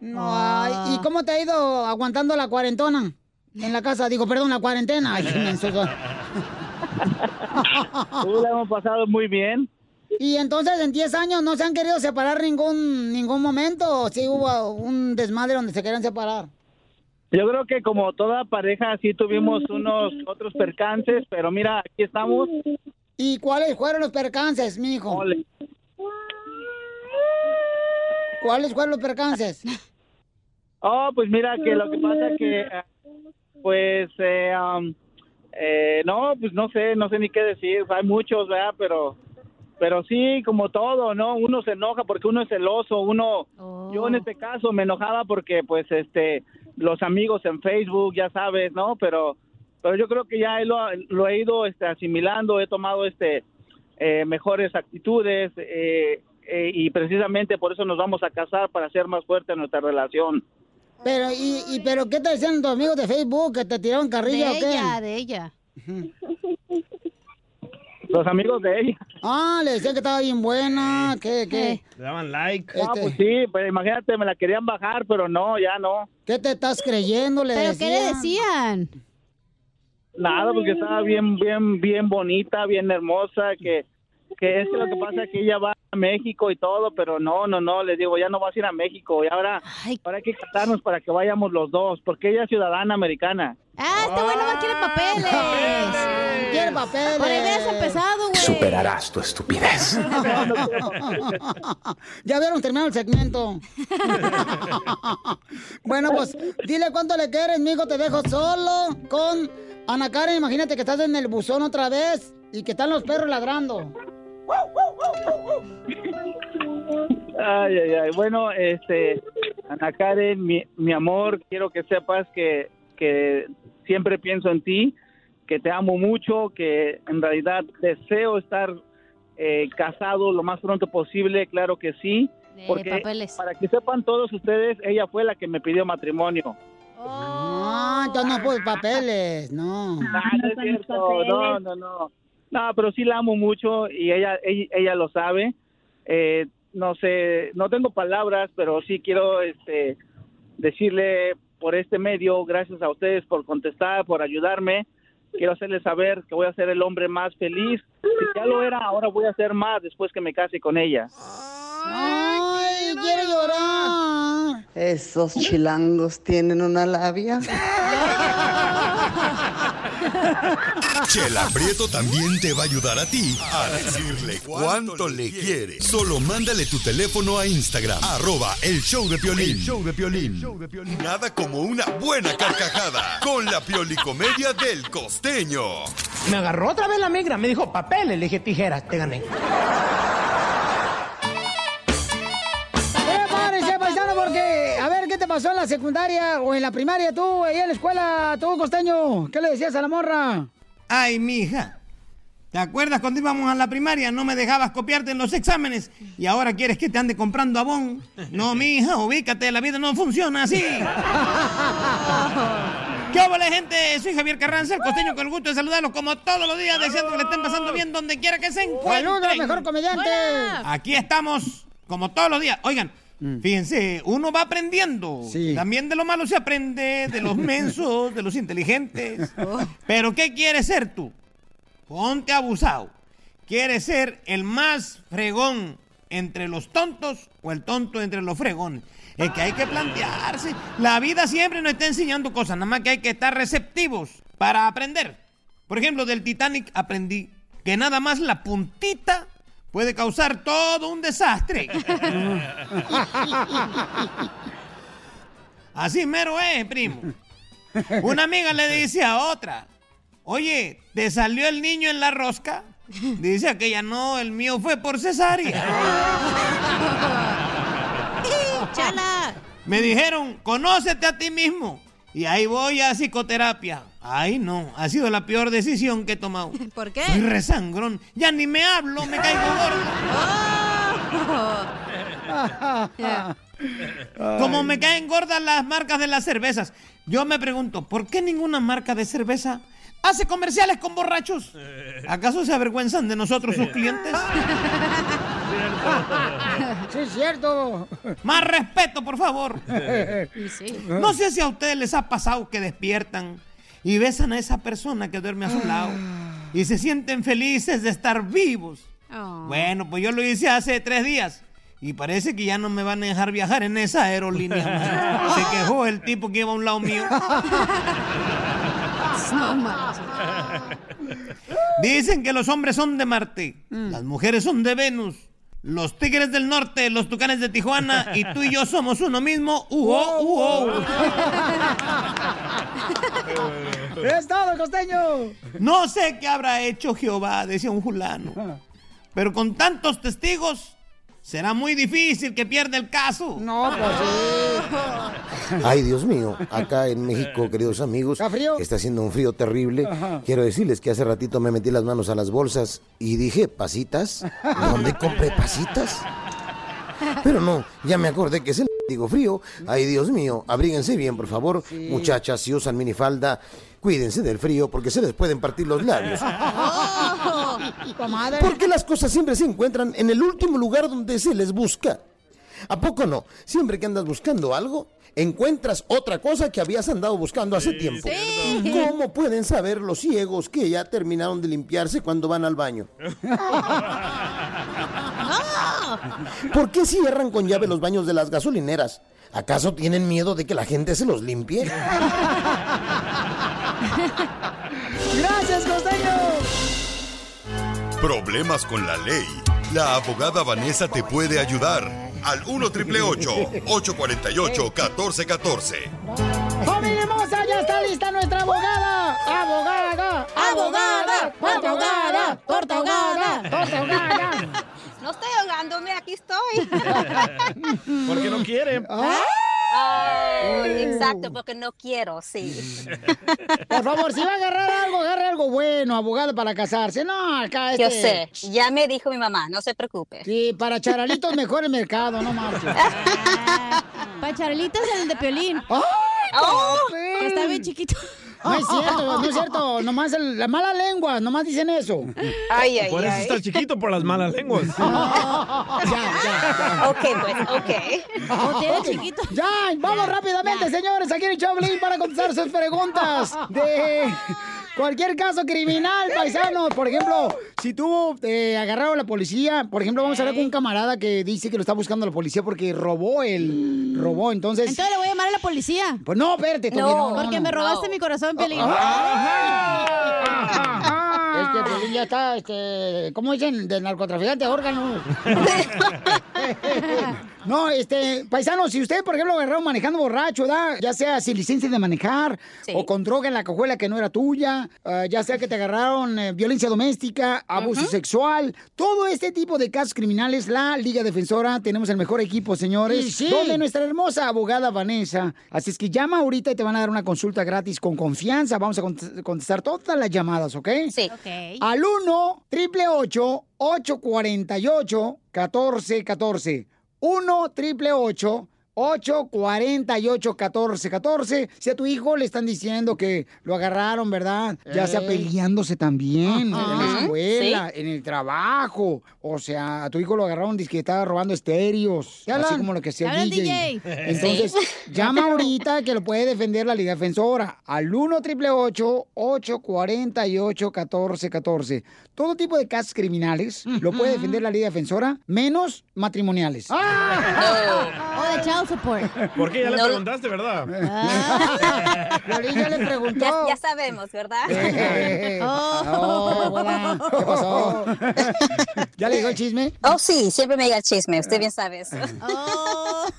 No, ay, ¿y cómo te ha ido aguantando la cuarentona? En la casa, digo, perdón, la cuarentena. Ay, qué menso. Tú la hemos pasado muy bien. Y entonces en 10 años no se han querido separar ningún ningún momento, o sí hubo un desmadre donde se querían separar. Yo creo que como toda pareja sí tuvimos unos otros percances, pero mira, aquí estamos. ¿Y cuáles fueron los percances, mijo? ¿Cuáles fueron los percances? Oh, pues mira que lo que pasa que eh, pues eh, um, eh, no, pues no sé, no sé ni qué decir, hay muchos, ¿verdad? Pero pero sí, como todo, ¿no? Uno se enoja porque uno es celoso, uno yo en este caso me enojaba porque pues este los amigos en Facebook, ya sabes, ¿no? Pero pero yo creo que ya lo, lo he ido este, asimilando, he tomado este eh, mejores actitudes eh, eh, y precisamente por eso nos vamos a casar para hacer más fuerte nuestra relación. Pero y, y- pero qué te decían tus amigos de Facebook que te tiraron carrilla de o qué? ella, de ella. Este Los amigos de ella. Ah, le decían que estaba bien buena, que que Eh. Le daban like. Eh. Ah, pues sí, pues imagínate, me la querían bajar, pero no, ya no. ¿Qué te estás creyendo? Le ¿Pero qué le decían? Nada, porque estaba bien, bien, bien bonita, bien hermosa, que, que es que lo que pasa es que ella va a México y todo, pero no, no, no, le digo, ya no vas a ir a México, y ahora, ahora hay que casarnos para que vayamos los dos, porque ella es ciudadana americana. Ah, este güey nomás quiere papeles. Quiere papeles. Por ahí hubieras empezado, güey. Superarás tu estupidez. ya vieron terminado el segmento. bueno, pues dile cuánto le quieres, mijo. Te dejo solo con Ana Karen. Imagínate que estás en el buzón otra vez y que están los perros ladrando. Ay, ay, ay. Bueno, este, Ana Karen, mi, mi amor, quiero que sepas que, que siempre pienso en ti, que te amo mucho, que en realidad deseo estar eh, casado lo más pronto posible, claro que sí. De Porque papeles. para que sepan todos ustedes, ella fue la que me pidió matrimonio. Oh. Ah, entonces no pues papeles, no. no es eh, cierto, no, no, no. No, pero sí la amo mucho y ella ella, ella lo sabe. Eh, no sé, no tengo palabras, pero sí quiero este decirle por este medio, gracias a ustedes por contestar, por ayudarme. Quiero hacerles saber que voy a ser el hombre más feliz. Si ya lo era, ahora voy a ser más después que me case con ella. Ay, quiero llorar. Esos chilangos tienen una labia. Chela Prieto también te va a ayudar a ti a decirle cuánto le quiere. Solo mándale tu teléfono a Instagram, arroba el show de Piolín. El Nada como una buena carcajada con la piolicomedia del costeño. Me agarró otra vez la migra, me dijo papeles, le dije tijeras, te gané. Prepárese, paisano, porque a ver qué te pasó en la secundaria o en la primaria tú, ahí en la escuela, tú, costeño. ¿Qué le decías a la morra? Ay, mija. ¿Te acuerdas cuando íbamos a la primaria? No me dejabas copiarte en los exámenes y ahora quieres que te ande comprando abón. No, mija, ubícate, la vida no funciona así. ¿Qué hola, gente? Soy Javier Carranza, el costeño, con el gusto de saludarlos como todos los días, deseando que le estén pasando bien donde quiera que se encuentren. Saludos, mejor comediante. Hola. Aquí estamos, como todos los días. Oigan, Mm. fíjense, uno va aprendiendo. También de lo malo se aprende, de los mensos, de los inteligentes. Pero ¿qué quieres ser tú? Ponte abusado. ¿Quieres ser el más fregón entre los tontos o el tonto entre los fregones? Es que hay que plantearse. La vida siempre nos está enseñando cosas, nada más que hay que estar receptivos para aprender. Por ejemplo, del Titanic aprendí que nada más la puntita puede causar todo un desastre. Así mero es, primo. Una amiga le dice a otra, oye, ¿te salió el niño en la rosca? Dice aquella, no, el mío fue por cesárea. ¡Chala! Me dijeron, conócete a ti mismo. Y ahí voy a psicoterapia. Ay, no, ha sido la peor decisión que he tomado. ¿Por qué? Soy resangrón. Ya ni me hablo, me caigo gordo. Como me caen gordas las marcas de las cervezas. Yo me pregunto, ¿por qué ninguna marca de cerveza hace comerciales con borrachos? ¿Acaso se avergüenzan de nosotros sus clientes? Sí, es cierto. Más respeto, por favor. Ah. No sé si a ustedes les ha pasado que despiertan y besan a esa persona que duerme a su lado y se sienten felices de estar vivos. Ah. Oh. Bueno, pues yo lo hice hace tres días. Y parece que ya no me van a dejar viajar en esa aerolínea. man. Se quejó el tipo que iba a un lado mío. No manches. Dicen que los hombres son de Marte, Mm. las mujeres son de Venus, los tigres del norte, los tucanes de Tijuana y tú y yo somos uno mismo. ¡Uo, uo! ¡Es todo, costeño! No sé qué habrá hecho Jehová, decía un fulano. Pero con tantos testigos, será muy difícil que pierda el caso. No, pues Ay, Dios mío, acá en Eh. México, queridos amigos, ¿Está frío? haciendo un frío terrible. Ajá. Quiero decirles que hace ratito me metí las manos a las bolsas y dije, pasitas, ¿dónde compré pasitas? Pero no, ya me acordé que es el digo frío. Ay, Dios mío, abríguense bien, por favor. Muchachas, si usan minifalda, cuídense del frío porque se les pueden partir los labios. ¡Oh! Comadre. Porque las cosas siempre se encuentran en el último lugar donde se les busca. ¿A poco no? Siempre que andas buscando algo, encuentras otra cosa que habías andado buscando hace tiempo. cierto. ¿Cómo pueden saber los ciegos que ya terminaron de limpiarse cuando van al baño? ¿Por qué cierran con llave los baños de las gasolineras? ¿Acaso tienen miedo de que la gente se los limpie? ¡Gracias, costeño! Problemas con la ley. La abogada Vanessa te puede ayudar. Al 1 848 1414 ¡Familia hermosa, ya está lista nuestra abogada! ¡Abogada! ¡Abogada! ¡Cuánto ahogada! ¡Torta ahogada! ¡Torta ahogada! No estoy ahogándome, aquí estoy. Porque no quieren. Ah. Ay, exacto, porque no quiero, sí. Por favor, si va a agarrar algo, agarre algo bueno, abogada, para casarse. No, acá este... Yo sé, ya me dijo mi mamá, no se preocupe. Sí, para charalitos mejor el mercado, no marches. Para charalitas el de Piolín. ¡Oh! Que Está bien chiquito. No es cierto, no es cierto. Nomás el- la mala lengua, nomás dicen eso. Ay, ay, Por eso está chiquito, por las malas lenguas. Ok, pues, ok. Ok. Ya, vamos rápidamente, señores. Aquí en el Choblin para contestar sus preguntas de cualquier caso criminal, paisano. Por ejemplo, si tú eh, agarraron a la policía, por ejemplo, vamos a hablar con un camarada que dice que lo está buscando la policía porque robó el robó. Entonces, Entonces le voy a llamar a la policía. pues no, espérate, Tony, no, no, porque no. me robaste mi corazón, Piolín. Es que Piolín ya está, este, ¿cómo dicen? De narcotraficante, órgano. no, este, paisano, si usted, por ejemplo, agarraron manejando borracho, ¿da? ya sea sin licencia de manejar o con droga en la cajuela que no era tuya, ah, ya sea que te agarraron eh, violencia doméstica, abuso sexual, todo este tipo de casos criminales, la Liga Defensora, tenemos el mejor equipo, señores. Y sí. Donde nuestra hermosa abogada Vanessa. Así es que llama ahorita y te van a dar una consulta gratis con confianza. Vamos a cont- contestar todas las llamadas, ¿ok? Sí. Ah, Ok. Al 1 888 848 1414 1 888 848 1414 Si a tu hijo le están diciendo que lo agarraron, ¿verdad? Ya sea Ey. peleándose también en la Ajá. escuela, Sí. en el trabajo. O sea, a tu hijo lo agarraron, dice que estaba robando estéreos. Ya Así hablan. como lo que Ya sea hablan, DJ. DJ. Entonces, Sí. llama ahorita que lo puede defender la Liga Defensora al 1 888 848 1414 Todo tipo de casos criminales lo puede defender la Liga Defensora, menos matrimoniales. O Oh, de chavos child support. ¿Por qué? Ya le Ah. No. preguntaste, ¿verdad? Ah. Piolín ya le preguntó. Eh, Ya, ya sabemos, ¿verdad? Oh, hola. ¿Qué pasó? ¿Ya le llegó el chisme? Oh, sí, siempre me llega el chisme, usted bien sabe eso.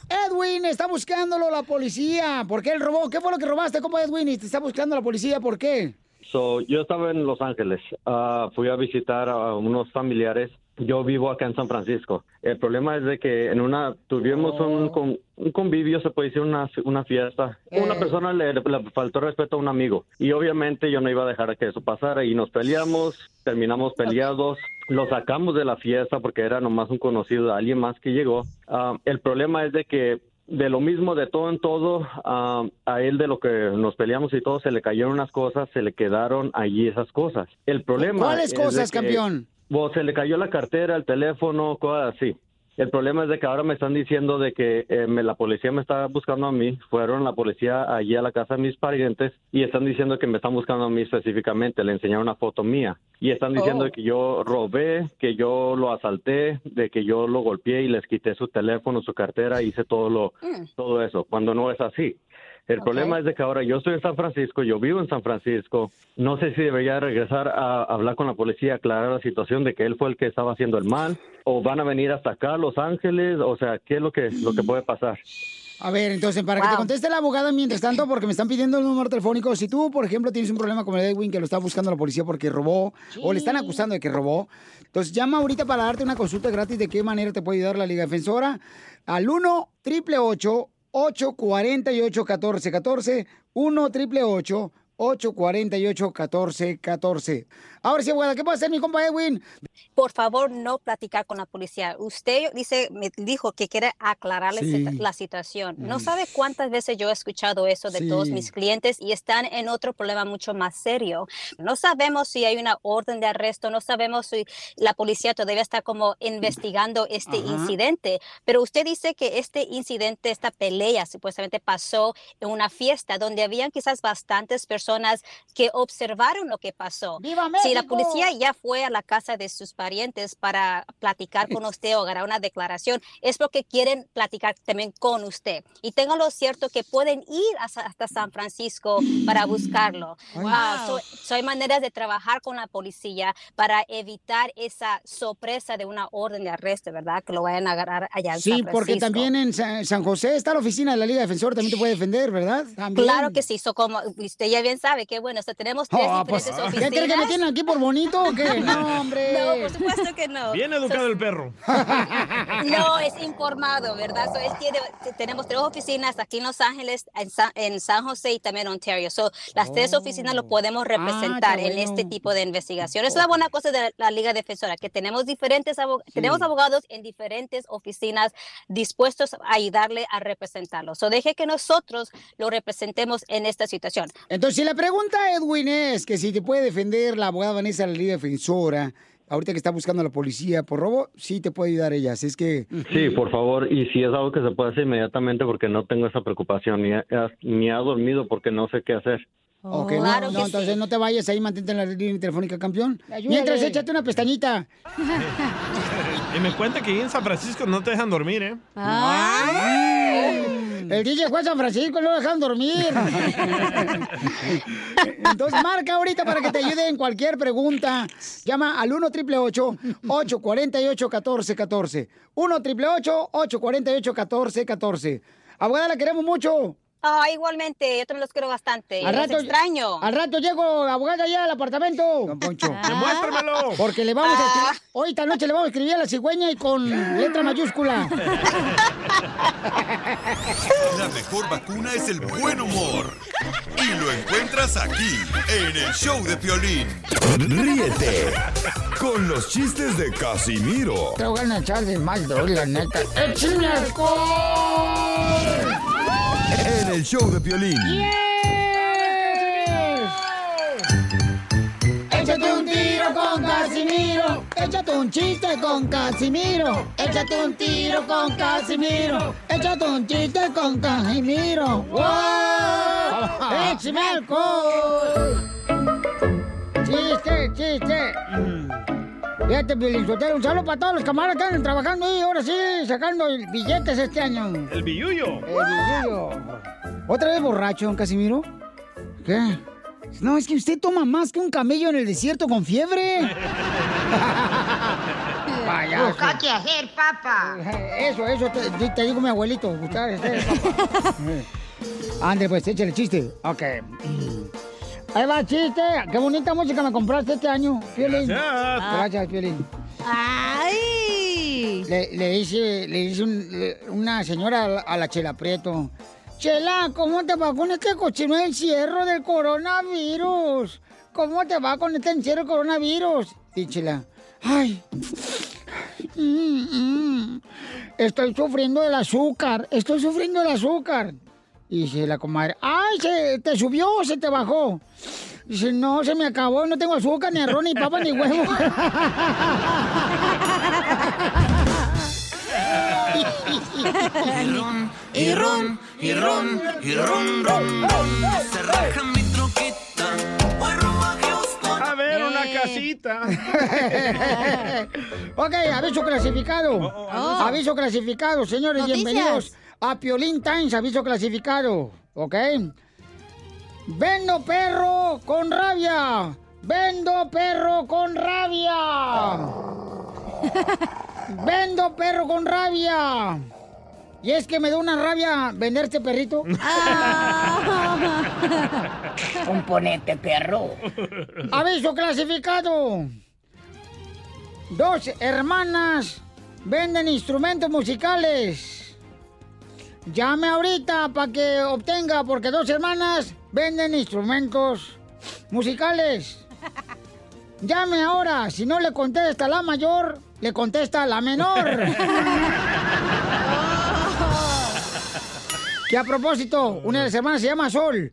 Edwin, está buscándolo la policía. ¿Por qué él robó? ¿Qué fue lo que robaste, compa Edwin? Y te está buscando la policía, ¿por qué? So, yo estaba en Los Ángeles. Ah, fui a visitar a unos familiares. Yo vivo acá en San Francisco. El problema es de que en una tuvimos un, con- un convivio, se puede decir una, una fiesta. Una persona le, le faltó respeto a un amigo y obviamente yo no iba a dejar que eso pasara y nos peleamos, terminamos peleados, lo sacamos de la fiesta porque era nomás un conocido de alguien más que llegó. Ah, el problema es de que de lo mismo, de todo en todo, ah, a él de lo que nos peleamos y todo, se le cayeron unas cosas, se le quedaron allí esas cosas. El problema. ¿Cuáles es cosas, de que- campeón? Bueno, se le cayó la cartera, el teléfono, cosas así. El problema es de que ahora me están diciendo de que eh, me- la policía me está buscando a mí. Fueron la policía allí a la casa de mis parientes y están diciendo que me están buscando a mí específicamente. Le enseñaron una foto mía y están diciendo Oh. que yo robé, que yo lo asalté, de que yo lo golpeé y les quité su teléfono, su cartera, hice todo lo, todo eso, cuando no es así. El problema es de que ahora yo estoy en San Francisco, yo vivo en San Francisco, no sé si debería regresar a hablar con la policía, aclarar la situación de que él fue el que estaba haciendo el mal, o van a venir hasta acá a Los Ángeles, o sea, ¿qué es lo que, lo que puede pasar? A ver, entonces, para que te conteste la abogada mientras tanto, porque me están pidiendo el número telefónico. Si tú, por ejemplo, tienes un problema como el de Edwin, que lo está buscando la policía porque robó, o le están acusando de que robó, entonces llama ahorita para darte una consulta gratis de qué manera te puede ayudar la Liga Defensora al 1 888 848 1414 1 888 848 1414 Ahora sí, abogada, ¿qué puede hacer mi compa Edwin? Por favor, no platicar con la policía. Usted dice, me dijo que quiere aclararle Sí. situ- la situación. No Mm. sabe cuántas veces yo he escuchado eso de todos Sí. mis clientes y están en otro problema mucho más serio. No sabemos si hay una orden de arresto, no sabemos si la policía todavía está como investigando este Ajá. incidente, pero usted dice que este incidente, esta pelea supuestamente pasó en una fiesta donde habían quizás bastantes personas que observaron lo que pasó. Si la México! policía ya fue a la casa de sus parientes para platicar con usted o agarrar una declaración, es porque quieren platicar también con usted. Y tengo lo cierto que pueden ir hasta, hasta San Francisco para buscarlo. Ay. Ah, Wow. so- so hay maneras de trabajar con la policía para evitar esa sorpresa de una orden de arresto, ¿verdad? Que lo vayan a agarrar allá en San Sí, Francisco. porque también en Sa- San José está la oficina de la Liga Defensora, también te puede defender, ¿verdad? También. Claro que sí, so como usted ya bien sabe que bueno, so tenemos tres Ah, pues, diferentes ¿Ya oficinas. crees que me tienen aquí por bonito o qué? No, pues. hombre. No, por supuesto que no. Bien educado el perro. No, es informado, ¿verdad? So, él tiene- t- tenemos tres oficinas aquí en Los Ángeles, en San, en San José y también en Ontario. So, las tres oficinas lo podemos representar en este tipo de investigación. Es la buena cosa de la, la Liga Defensora, que tenemos diferentes abo- tenemos abogados en diferentes oficinas dispuestos a ayudarle a representarlo. So, deje que nosotros lo representemos en esta situación. Entonces, si la pregunta, Edwin, es que si te puede defender la abogada Vanessa de la Liga Defensora, ahorita que está buscando a la policía por robo, sí te puede ayudar ella. Así es que. Mm. Sí, por favor, y si es algo que se puede hacer inmediatamente porque no tengo esa preocupación, ni ha, ni ha dormido porque no sé qué hacer. Ok, no, Claro no, que sí. entonces no te vayas ahí, mantente en la línea telefónica, campeón. Ayúdale. Mientras échate una pestañita. Y me cuenta que ahí en San Francisco no te dejan dormir, ¿eh? Ay. El DJ Juan San Francisco no lo dejan dormir. Entonces marca ahorita para que te ayude en cualquier pregunta. Llama al 1 888 848 1414 1 888 848 1414 Abogada, la queremos mucho. Ah, igualmente, yo también los quiero bastante. Los extraño. Ah. Al rato llego, abogada, ya al apartamento. Don Poncho. Demuéstramelo. Porque le vamos a escribir- Hoy esta noche le vamos a escribir a la cigüeña y con letra mayúscula. La mejor vacuna es el buen humor. Y lo encuentras aquí, en el show de Piolín. Ríete con los chistes de Casimiro Te voy a echar de mal, la neta. ¡Eh, ¡Échame en el show de Piolín. Échate un tiro con Casimiro. Échate un chiste con Casimiro. Échate un tiro con Casimiro. Échate un chiste con Casimiro. ¡Wow! ¡Échame Mm. alcohol! ¡Chiste, chiste! Fíjate, Piolín Sotelo, un saludo para todos los camaradas que están trabajando ahí, ahora sí, sacando billetes este año. El billullo. El billullo. ¿Otra vez borracho, don Casimiro? ¿Qué? No, es que usted toma más que un camello en el desierto con fiebre. Payaso. Busca que hacer, papá. Eso, eso, te, te digo mi abuelito. este. busca que hacer, papá. André, pues échale chiste. Ok. Ahí va, chiste. Qué bonita música me compraste este año, Piolín. Gracias. Gracias, Piolín. ¡Ay! Le, le dice, le dice un- le- una señora a la, a la Chela Prieto. Chela, ¿cómo te va con este cochino encierro del coronavirus? ¿Cómo te va con este encierro del coronavirus? Y Chela, ay, mm, mm, estoy sufriendo del azúcar, estoy sufriendo del azúcar. Y dice la comadre, ay, se te subió o se te bajó. Dice, no, se me acabó, no tengo azúcar, ni arroz, ni papa, ni huevo. Y ron, y ron, y ron, y ron, ron, ron. Se raja mi troquita. A ver, una casita. ok, aviso clasificado. Oh, aviso. Aviso clasificado, señores, Noticias. bienvenidos a Piolín Times, aviso clasificado. Ok. Vendo perro con rabia. Vendo perro con rabia. Vendo perro con rabia. Y es que me da una rabia vender este perrito. Ah. Componente perro. Aviso clasificado. Dos hermanas venden instrumentos musicales. Llame ahorita para que obtenga, porque dos hermanas venden instrumentos musicales. Llame ahora, si no le contesta la mayor, le contesta la menor. que a propósito, una de las hermanas se llama Sol.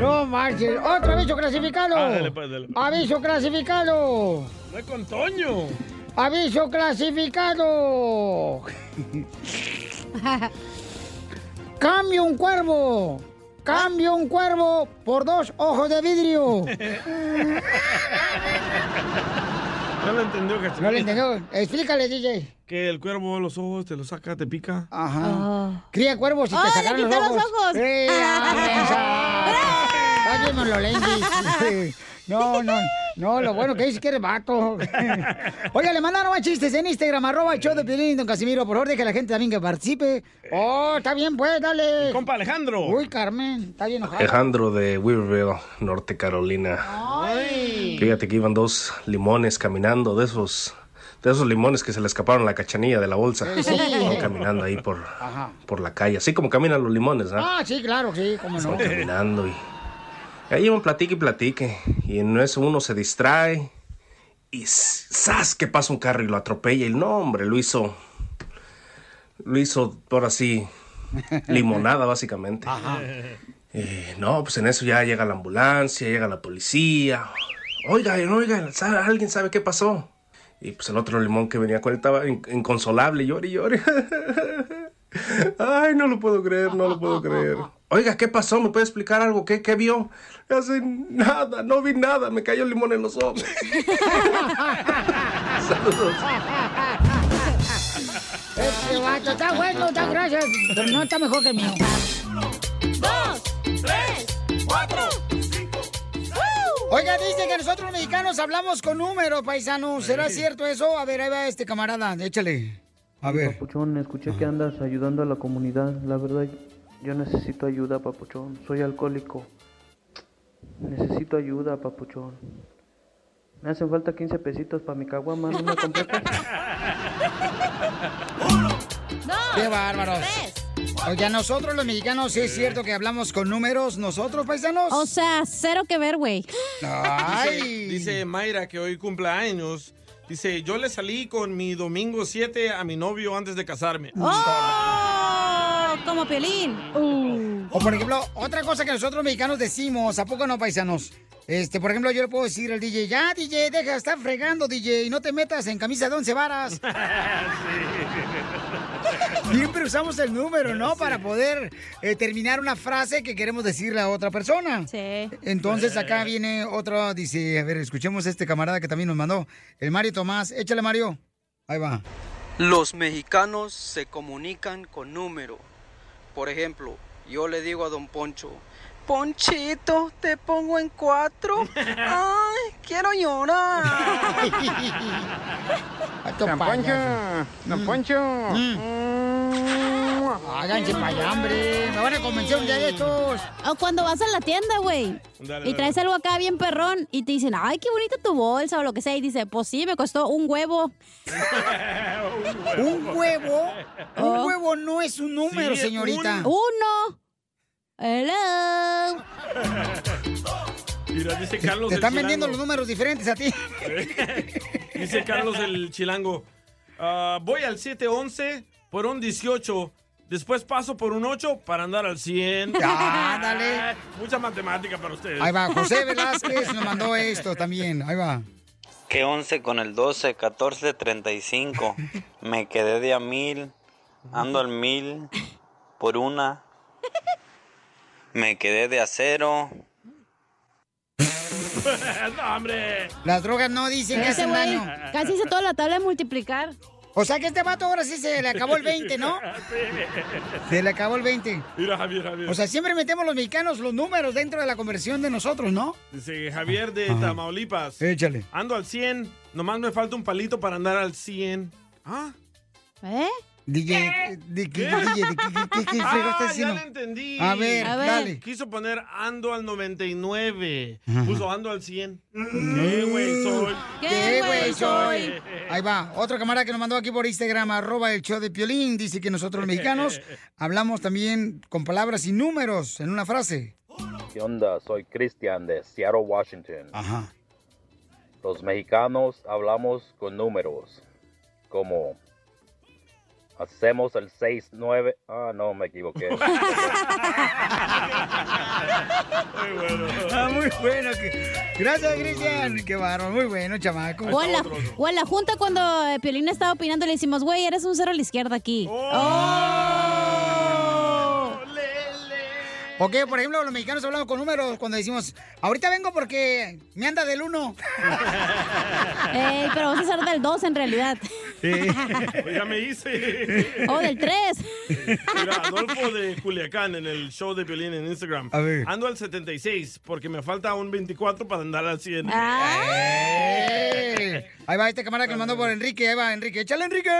No marches. Otro aviso clasificado. Ah, dale, pues, dale. Aviso clasificado. No es con Toño. Aviso clasificado. Cambio un cuervo. Cambio un cuervo por dos ojos de vidrio. No lo entendió, Casimiro. No le entendió. Explícale, DJ. Que el cuervo los ojos te los saca, te pica. Ajá. Cría cuervos y Oh, te le sacaron los quitó los ojos. ojos. Sí, los lentes. No, no. No, lo bueno que dice que eres vato. Oiga, le mandaron más chistes en Instagram, arroba el show de Piolín, don Casimiro. Por favor, deje a la gente también que participe. Oh, está bien, pues, dale. compa Alejandro. Uy, Carmen, está bien enojado. Alejandro de Weaverville, Norte Carolina. Fíjate que iban dos limones caminando de esos, de esos limones que se le escaparon la cachanilla de la bolsa. Ah, Sí, sí. Iban caminando ahí por, Ajá. por la calle, así como caminan los limones, ¿ah? Ah, sí, claro, sí, cómo no. Estaban caminando y ahí iban platique y platique. Y en eso uno se distrae y ¡zas! que pasa un carro y lo atropella. Y no, hombre, lo hizo. Lo hizo por así. Limonada, básicamente. Eh, no, pues en eso ya llega la ambulancia, llega la policía. Oigan, oigan, ¿sabe- ¿alguien sabe qué pasó? Y pues el otro limón que venía con él estaba in- inconsolable, llore y llore. Ay, no lo puedo creer, no lo puedo creer. Oiga, ¿qué pasó? ¿Me puede explicar algo? ¿Qué, qué vio? Hace nada, no vi nada, me cayó el limón en los ojos. Saludos. Este vato está bueno, está gracias, pero no está mejor que el mío. Dos, tres, cuatro, cinco. Oiga, dice que nosotros los mexicanos hablamos con números, paisanos. ¿Será cierto eso? A ver, ahí va este camarada, échale. A ver. Papuchón, escuché que andas ayudando a la comunidad. La verdad, yo necesito ayuda, Papuchón. Soy alcohólico. Necesito ayuda, Papuchón. Me hacen falta 15 pesitos para mi caguama. ¿No me completas? ¡Qué bárbaros! Oiga, nosotros los mexicanos, ¿sí ¿es cierto que hablamos con números nosotros, paisanos? O sea, cero que ver, güey. Dice, dice Mayra que hoy cumple años. Dice, yo le salí con mi domingo 7 a mi novio antes de casarme. ¡Oh! Como Piolín. O por ejemplo, otra cosa que nosotros los mexicanos decimos, ¿a poco no, paisanos? Este, por ejemplo, yo le puedo decir al DJ, ya, DJ, deja, está fregando, DJ, y no te metas en camisa de once varas. Sí. Bien siempre usamos el número, ¿no? Para poder eh, terminar una frase que queremos decirle a otra persona. Sí. Entonces acá viene otro, dice, a ver, escuchemos a este camarada que también nos mandó, el Mario Tomás. Échale, Mario. Ahí va. Los mexicanos se comunican con número. Por ejemplo, yo le digo a don Poncho, Ponchito, te pongo en cuatro. Ay, quiero llorar. Don Poncho, Don Poncho. Mm. Háganse para allá, hombre. Me van a convencer un día de estos. O cuando vas a la tienda, güey. Dale, Y traes algo acá bien perrón y te dicen, ay, qué bonita tu bolsa o lo que sea. Y dice, pues sí, me costó un huevo. Un huevo, un Oh. huevo no es un número, Sí, señorita. un- Uno. Hello. Mira, dice Carlos. Te el están vendiendo chilango. los números diferentes a ti. Dice Carlos el chilango. "Ah, voy al 711 por un 18. Después paso por un 8 para andar al 100. Ah, dale. Mucha matemática para ustedes. Ahí va, José Velázquez nos mandó esto también. Ahí va. Que 11 con el 12, 14, 35. Me quedé de a mil. Ando al mil por una. Me quedé de a cero. no, hombre. Las drogas no dicen que Ese hacen Este güey daño. casi hizo toda la tabla de multiplicar. O sea que este vato ahora sí se le acabó el 20, ¿no? Se le acabó el 20. Mira, Javier, Javier. O sea, siempre metemos los mexicanos los números dentro de la conversión de nosotros, ¿no? Dice Javier de Ajá. Tamaulipas. Échale. Ando al 100. Nomás me falta un palito para andar al 100. Ah. ¿Eh? DJ, ¿de qué, ¿Qué? DJ? ¿De qué, qué, qué, qué Ah, fregado estás ya diciendo? lo entendí. A ver, A ver. dale. Quiso poner ando al 99. Ajá. Puso ando al 100. ¿Qué, güey, soy? ¿Qué güey soy? Ahí va. Otro camarada que nos mandó aquí por Instagram, arroba el show de Piolín, dice que nosotros los mexicanos hablamos también con palabras y números en una frase. ¿Qué onda? Soy Cristian de Seattle, Washington. Ajá. Los mexicanos hablamos con números. Como hacemos el 6, 9. Ah, no, me equivoqué. Ah, muy bueno. que- Gracias, Cristian. Qué bárbaro. Muy bueno, chamaco. O en, la, o en la junta cuando eh, Piolín estaba opinando le decimos, güey, eres un cero a la izquierda aquí. Oh. Oh, Ok, por ejemplo, los mexicanos hablamos con números cuando decimos, ahorita vengo porque me anda del 1. Ey, pero vas a ser del 2 en realidad. Pues ya me hice. o del 3. Mira, Adolfo de Culiacán en el show de violín en Instagram. A ver. Ando al 76 porque me falta un 24 para andar al 100. Ah. Ahí va este camarada que nos mandó por Enrique. Ahí va, Enrique. ¡Échale, Enrique!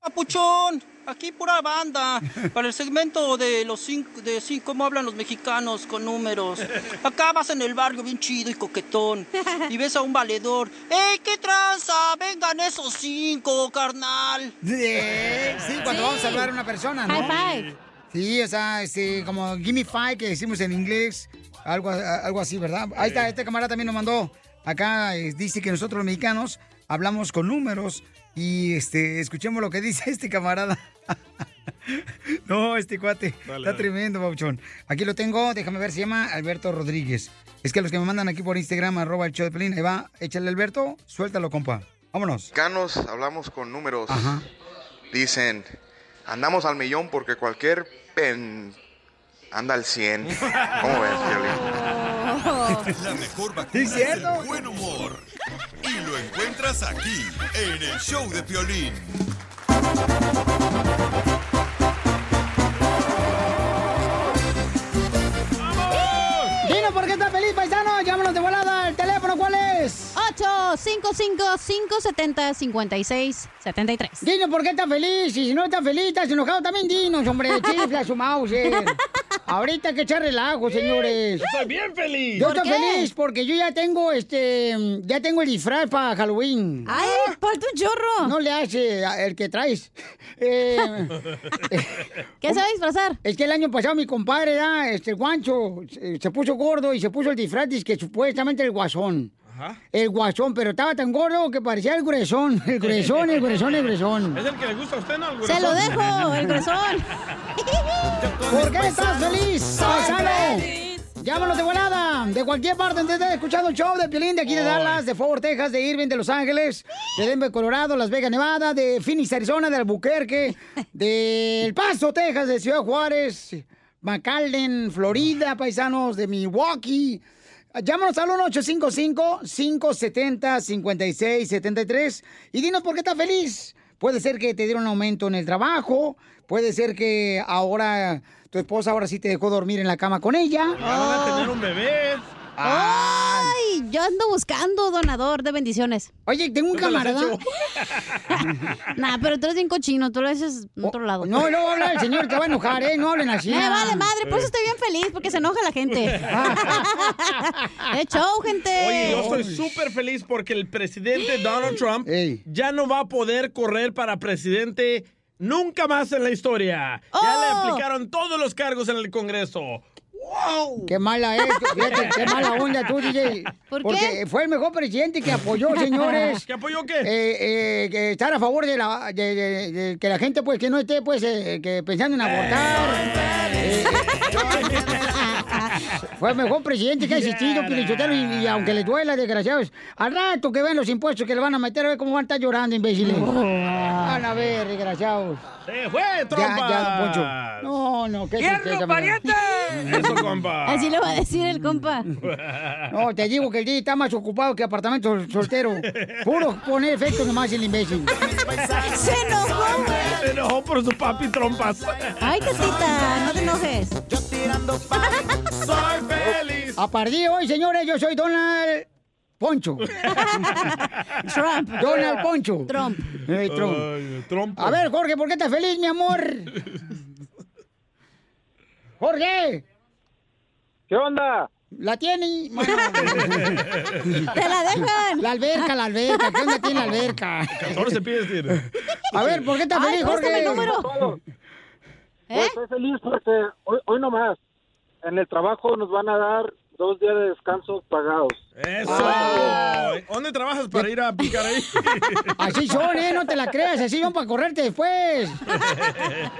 Papuchón, aquí pura banda. Para el segmento de los cinco, de cinco, cómo hablan los mexicanos con números. Acá vas en el barrio bien chido y coquetón. Y ves a un valedor. ¡Ey, qué tranza! ¡Vengan esos cinco, carnal! Sí, cuando vamos a saludar a una persona, ¿no? High five. Sí, o sea, este, como gimme five que decimos en inglés, algo, a- algo así, ¿verdad? Ahí está, este camarada también nos mandó. Acá eh, dice que nosotros los mexicanos hablamos con números y este, escuchemos lo que dice este camarada. no, este cuate, Dale, está dale. tremendo, Bauchón. Aquí lo tengo, déjame ver, se llama Alberto Rodríguez. Es que los que me mandan aquí por Instagram, arroba el show de Pelín, ahí va, échale Alberto, suéltalo, compa. Vámonos. mexicanos hablamos con números. Dicen, andamos al millón porque cualquier pen anda al 100. ¿Cómo ves, La mejor vacuna ¿Es es cierto? el buen humor. Y lo encuentras aquí, en el show de Piolín. Dino, ¿por qué estás feliz, paisano? Llámanos de volada. ¿El teléfono cuál es? 855-570-5673. Dino, ¿por qué estás feliz? Y si no estás feliz, estás enojado también, dinos, hombre. Chifla su mouse. eh. Ahorita hay que echar relajo, señores. Yo estoy bien feliz. Yo ¿Por estoy qué? feliz porque yo ya tengo este. Ya tengo el disfraz para Halloween. ¡Ay, falta un chorro! No le hace a- el que traes. Eh, ¿Qué se va a disfrazar? Es que el año pasado mi compadre, ya, este guancho, se, se puso gordo y se puso el disfraz que supuestamente el guasón. El guasón, pero estaba tan gordo que parecía el gruesón. El gruesón, el gruesón, el gruesón. ¿Es el que le gusta a usted, no? El Se lo dejo, el gruesón. ¿Por qué estás feliz, paisano? Llámanos de volada. de cualquier parte donde estés escuchando el show de Piolín, de aquí de Ay. Dallas, de Fort Worth, Texas, de Irving, de Los Ángeles, de Denver, Colorado, Las Vegas, Nevada, de Phoenix, Arizona, de Albuquerque, de El Paso, Texas, de Ciudad Juárez, McAllen, Florida, paisanos de Milwaukee. Llámanos al 1-855-570-5673 y dinos por qué estás feliz. Puede ser que te dieron un aumento en el trabajo, puede ser que ahora tu esposa ahora sí te dejó dormir en la cama con ella. Van a tener un bebé. Oh. Ay, yo ando buscando donador de bendiciones. Oye, tengo un Yo me las camarada. echo. nah, pero tú eres bien cochino, tú lo haces en otro lado. Oh, no, luego habla el señor, te va a enojar, ¿eh? No hablen así. Me vale madre, por eso estoy bien feliz, porque se enoja la gente. ¡Eh, show, gente! Oye, yo estoy súper feliz porque el presidente Donald Trump ya no va a poder correr para presidente nunca más en la historia. Ya Oh. le aplicaron todos los cargos en el Congreso. Qué mala es, tú, fíjate, qué mala onda tú, DJ. ¿Por qué? Porque fue el mejor presidente que apoyó, señores. ¿Que apoyó qué? Eh, eh, que estar a favor de la de, de- de que la gente pues que no esté pues eh, que pensando en abortar. Eh, eh, fue el mejor presidente que ha existido, Pilichotero, y, y aunque les duela, desgraciados. Al rato que ven los impuestos que le van a meter, a ver cómo van a estar llorando, imbéciles. Oh. Van a ver, desgraciados. ¡Se fue, trompa! Ya, ya, Poncho. No, no, qué ¡Hierro, tristeza, mi pariente! hermano. Eso, compa. Así le va a decir el compa. No, te digo que el DJ está más ocupado que apartamento sol- soltero. Puro poner efectos nomás el imbécil. Se enojó, güey. Se enojó por su papi trompas. Ay, Catita, no te enojes. Soy feliz. A partir de hoy, señores, yo soy Donald Poncho. Trump. Donald Poncho. Trump. Eh, Trump. Ay, trompo. A ver, Jorge, ¿por qué estás feliz, mi amor? Jorge. ¿Qué onda? La tiene. mano. Te la dejan. La alberca, la alberca. ¿Qué onda tiene la alberca? 14 pies tiene. A ver, ¿por qué estás Ay, feliz, Jorge? préstame el número. Pues estoy feliz porque hoy, hoy nomás en el trabajo nos van a dar dos días de descanso pagados. Eso. ¿Dónde trabajas para ir a picar ahí? Así son, ¿eh? No te la creas, así son para correrte después.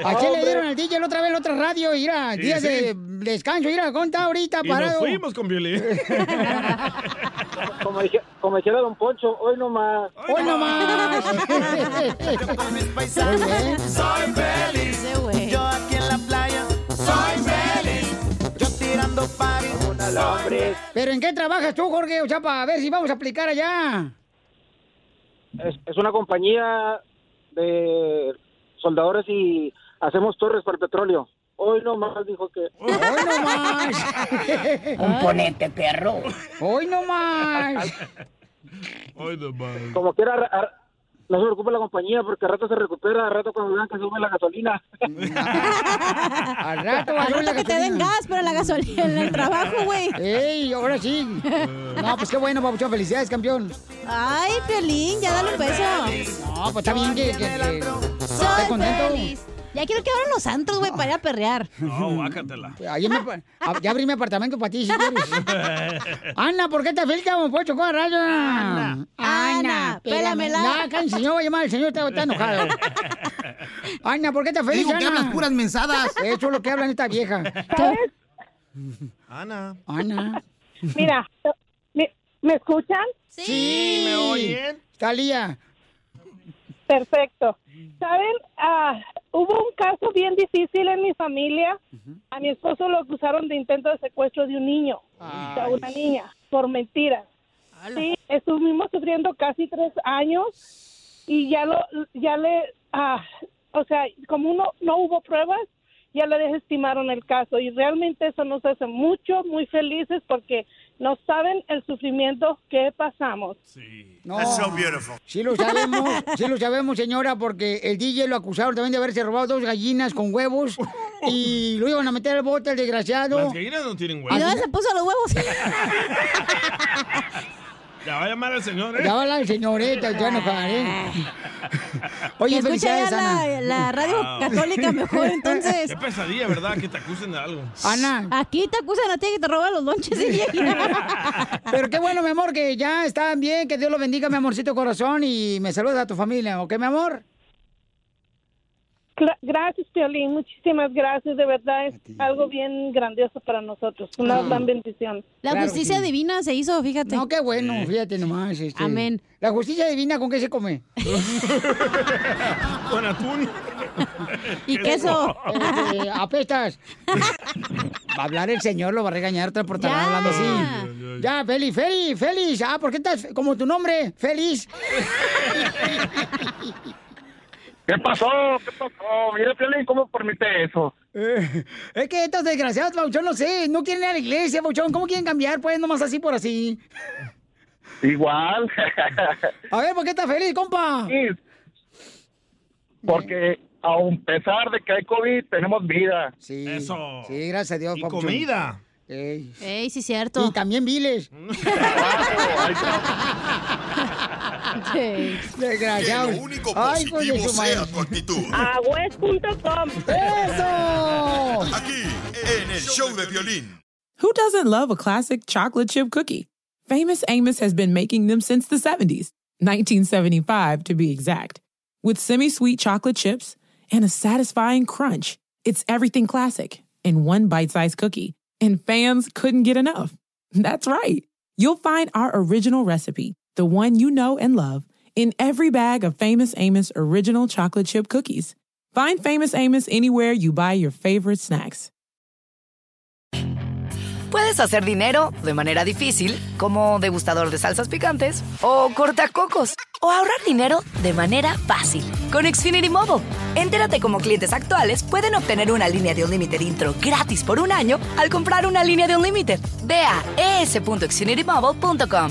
Aquí le Hombre. dieron al DJ la otra vez, la otra radio, y mira, Sí, días sí. de descanso, mira, conta ahorita Y nos parado. fuimos con violín. Como, dije- como dijera Don Poncho, hoy nomás. Hoy nomás. Soy feliz. Yo aquí en la playa. Soy feliz. Yo tirando party. ¿Pero en qué trabajas tú, Jorge? O sea, para ver si vamos a aplicar allá. Es, es una compañía de soldadores y hacemos torres para el petróleo. Hoy nomás dijo que. Hoy nomás. Componente, perro. Hoy nomás. Hoy nomás. Como quiera, ar- ar- no se preocupe la compañía porque al rato se recupera, al rato cuando vean que sube la gasolina. Al rato, va a Al subir la rato que te den gasolina. gas para la gasolina en el trabajo, güey. ¡Ey, ahora sí! No, pues qué bueno, papuchón. Felicidades, campeón. Ay, Piolín, ya dale un beso. No, pues está bien que... que, que- Soy ¿Estás contento? feliz. Ya quiero que abran los antros, güey, para ir a perrear. No, guácatela. Pues Ahí me- a- ya abrí mi apartamento para ti, si quieres. Ana, ¿por qué te feliz como Poncho con raya? Ana, Ana, pélamela. No, acá el señor va a llamar, el señor está, está enojado. Ana, ¿por qué te feliz? Digo que hablas puras mensadas. Eso es lo que hablan esta vieja. ¿Sabes? Ana. Ana. Mira, ¿me, me escuchan? Sí. ¿me oyen? Talía. Perfecto. ¿Saben? Ah, hubo un caso bien difícil en mi familia. A mi esposo lo acusaron de intento de secuestro de un niño, de una niña, por mentiras. Sí, estuvimos sufriendo casi tres años y ya lo, ya le, ah, o sea, como uno no hubo pruebas, ya le desestimaron el caso y realmente eso nos hace mucho, muy felices porque no saben el sufrimiento que pasamos. No. That's so beautiful. Sí lo sabemos, sí lo sabemos, señora, porque el DJ lo acusaron también de haberse robado dos gallinas con huevos y lo iban a meter al bote, el desgraciado. Las gallinas no tienen ¿Y huevos. dónde se puso los huevos? Ya va a llamar al señor, ¿eh? Ya va la señorita, ya no ¿eh? Oye, Que escuche ya felicidades, la- Ana. la radio Wow. Qué pesadilla, ¿verdad? Que te acusen de algo. Ana. Aquí te acusan a ti que te roban los lonches. DJ. Pero qué bueno, mi amor, que ya están bien, que Dios los bendiga, mi amorcito corazón, y me saluda a tu familia, ¿ok, mi amor? Cla- Gracias, Piolín. Muchísimas gracias. De verdad es algo bien grandioso para nosotros. Una Ah. gran bendición. La justicia divina se hizo, fíjate. No, qué bueno, fíjate nomás. este. Amén. ¿La justicia divina con qué se come? Con atún. Y queso. Este, apestas. Va a hablar el señor, lo va a regañar, te por estar hablando así. Ya, Félix, Félix, Félix. Ah, ¿por qué estás fe- como tu nombre? Félix. ¿Qué pasó? ¿Qué pasó? Mira, Piolín, ¿cómo permite eso? Eh, es que estos desgraciados, Pauchón, no sé, no quieren ir a la iglesia, Pauchón. ¿Cómo quieren cambiar? Pues nomás así por así. Igual. A ver, ¿por qué estás feliz, compa? Porque a pesar de que hay COVID, tenemos vida. Sí. Sí, gracias a Dios, Y Pauchón. comida. Ey. Ey, sí, cierto. Y también viles. Desgraciado. Que lo único Ay, hijo de positivo su madre. sea tu actitud. Agüez.com. ¡Eso! Aquí, en el show de violín. Who doesn't love a classic chocolate chip cookie? Famous Amos has been making them since the 70s, 1975 to be exact. With semi sweet chocolate chips and a satisfying crunch, it's everything classic in one bite sized cookie, and fans couldn't get enough. That's right. You'll find our original recipe, the one you know and love, in every bag of Famous Amos original chocolate chip cookies. Find Famous Amos anywhere you buy your favorite snacks. Puedes hacer dinero de manera difícil, como degustador de salsas picantes o cortacocos, o ahorrar dinero de manera fácil con Xfinity Mobile. Entérate cómo clientes actuales pueden obtener una línea de un límite intro gratis por un año al comprar una línea de un límite. Ve a es.xfinitymobile.com.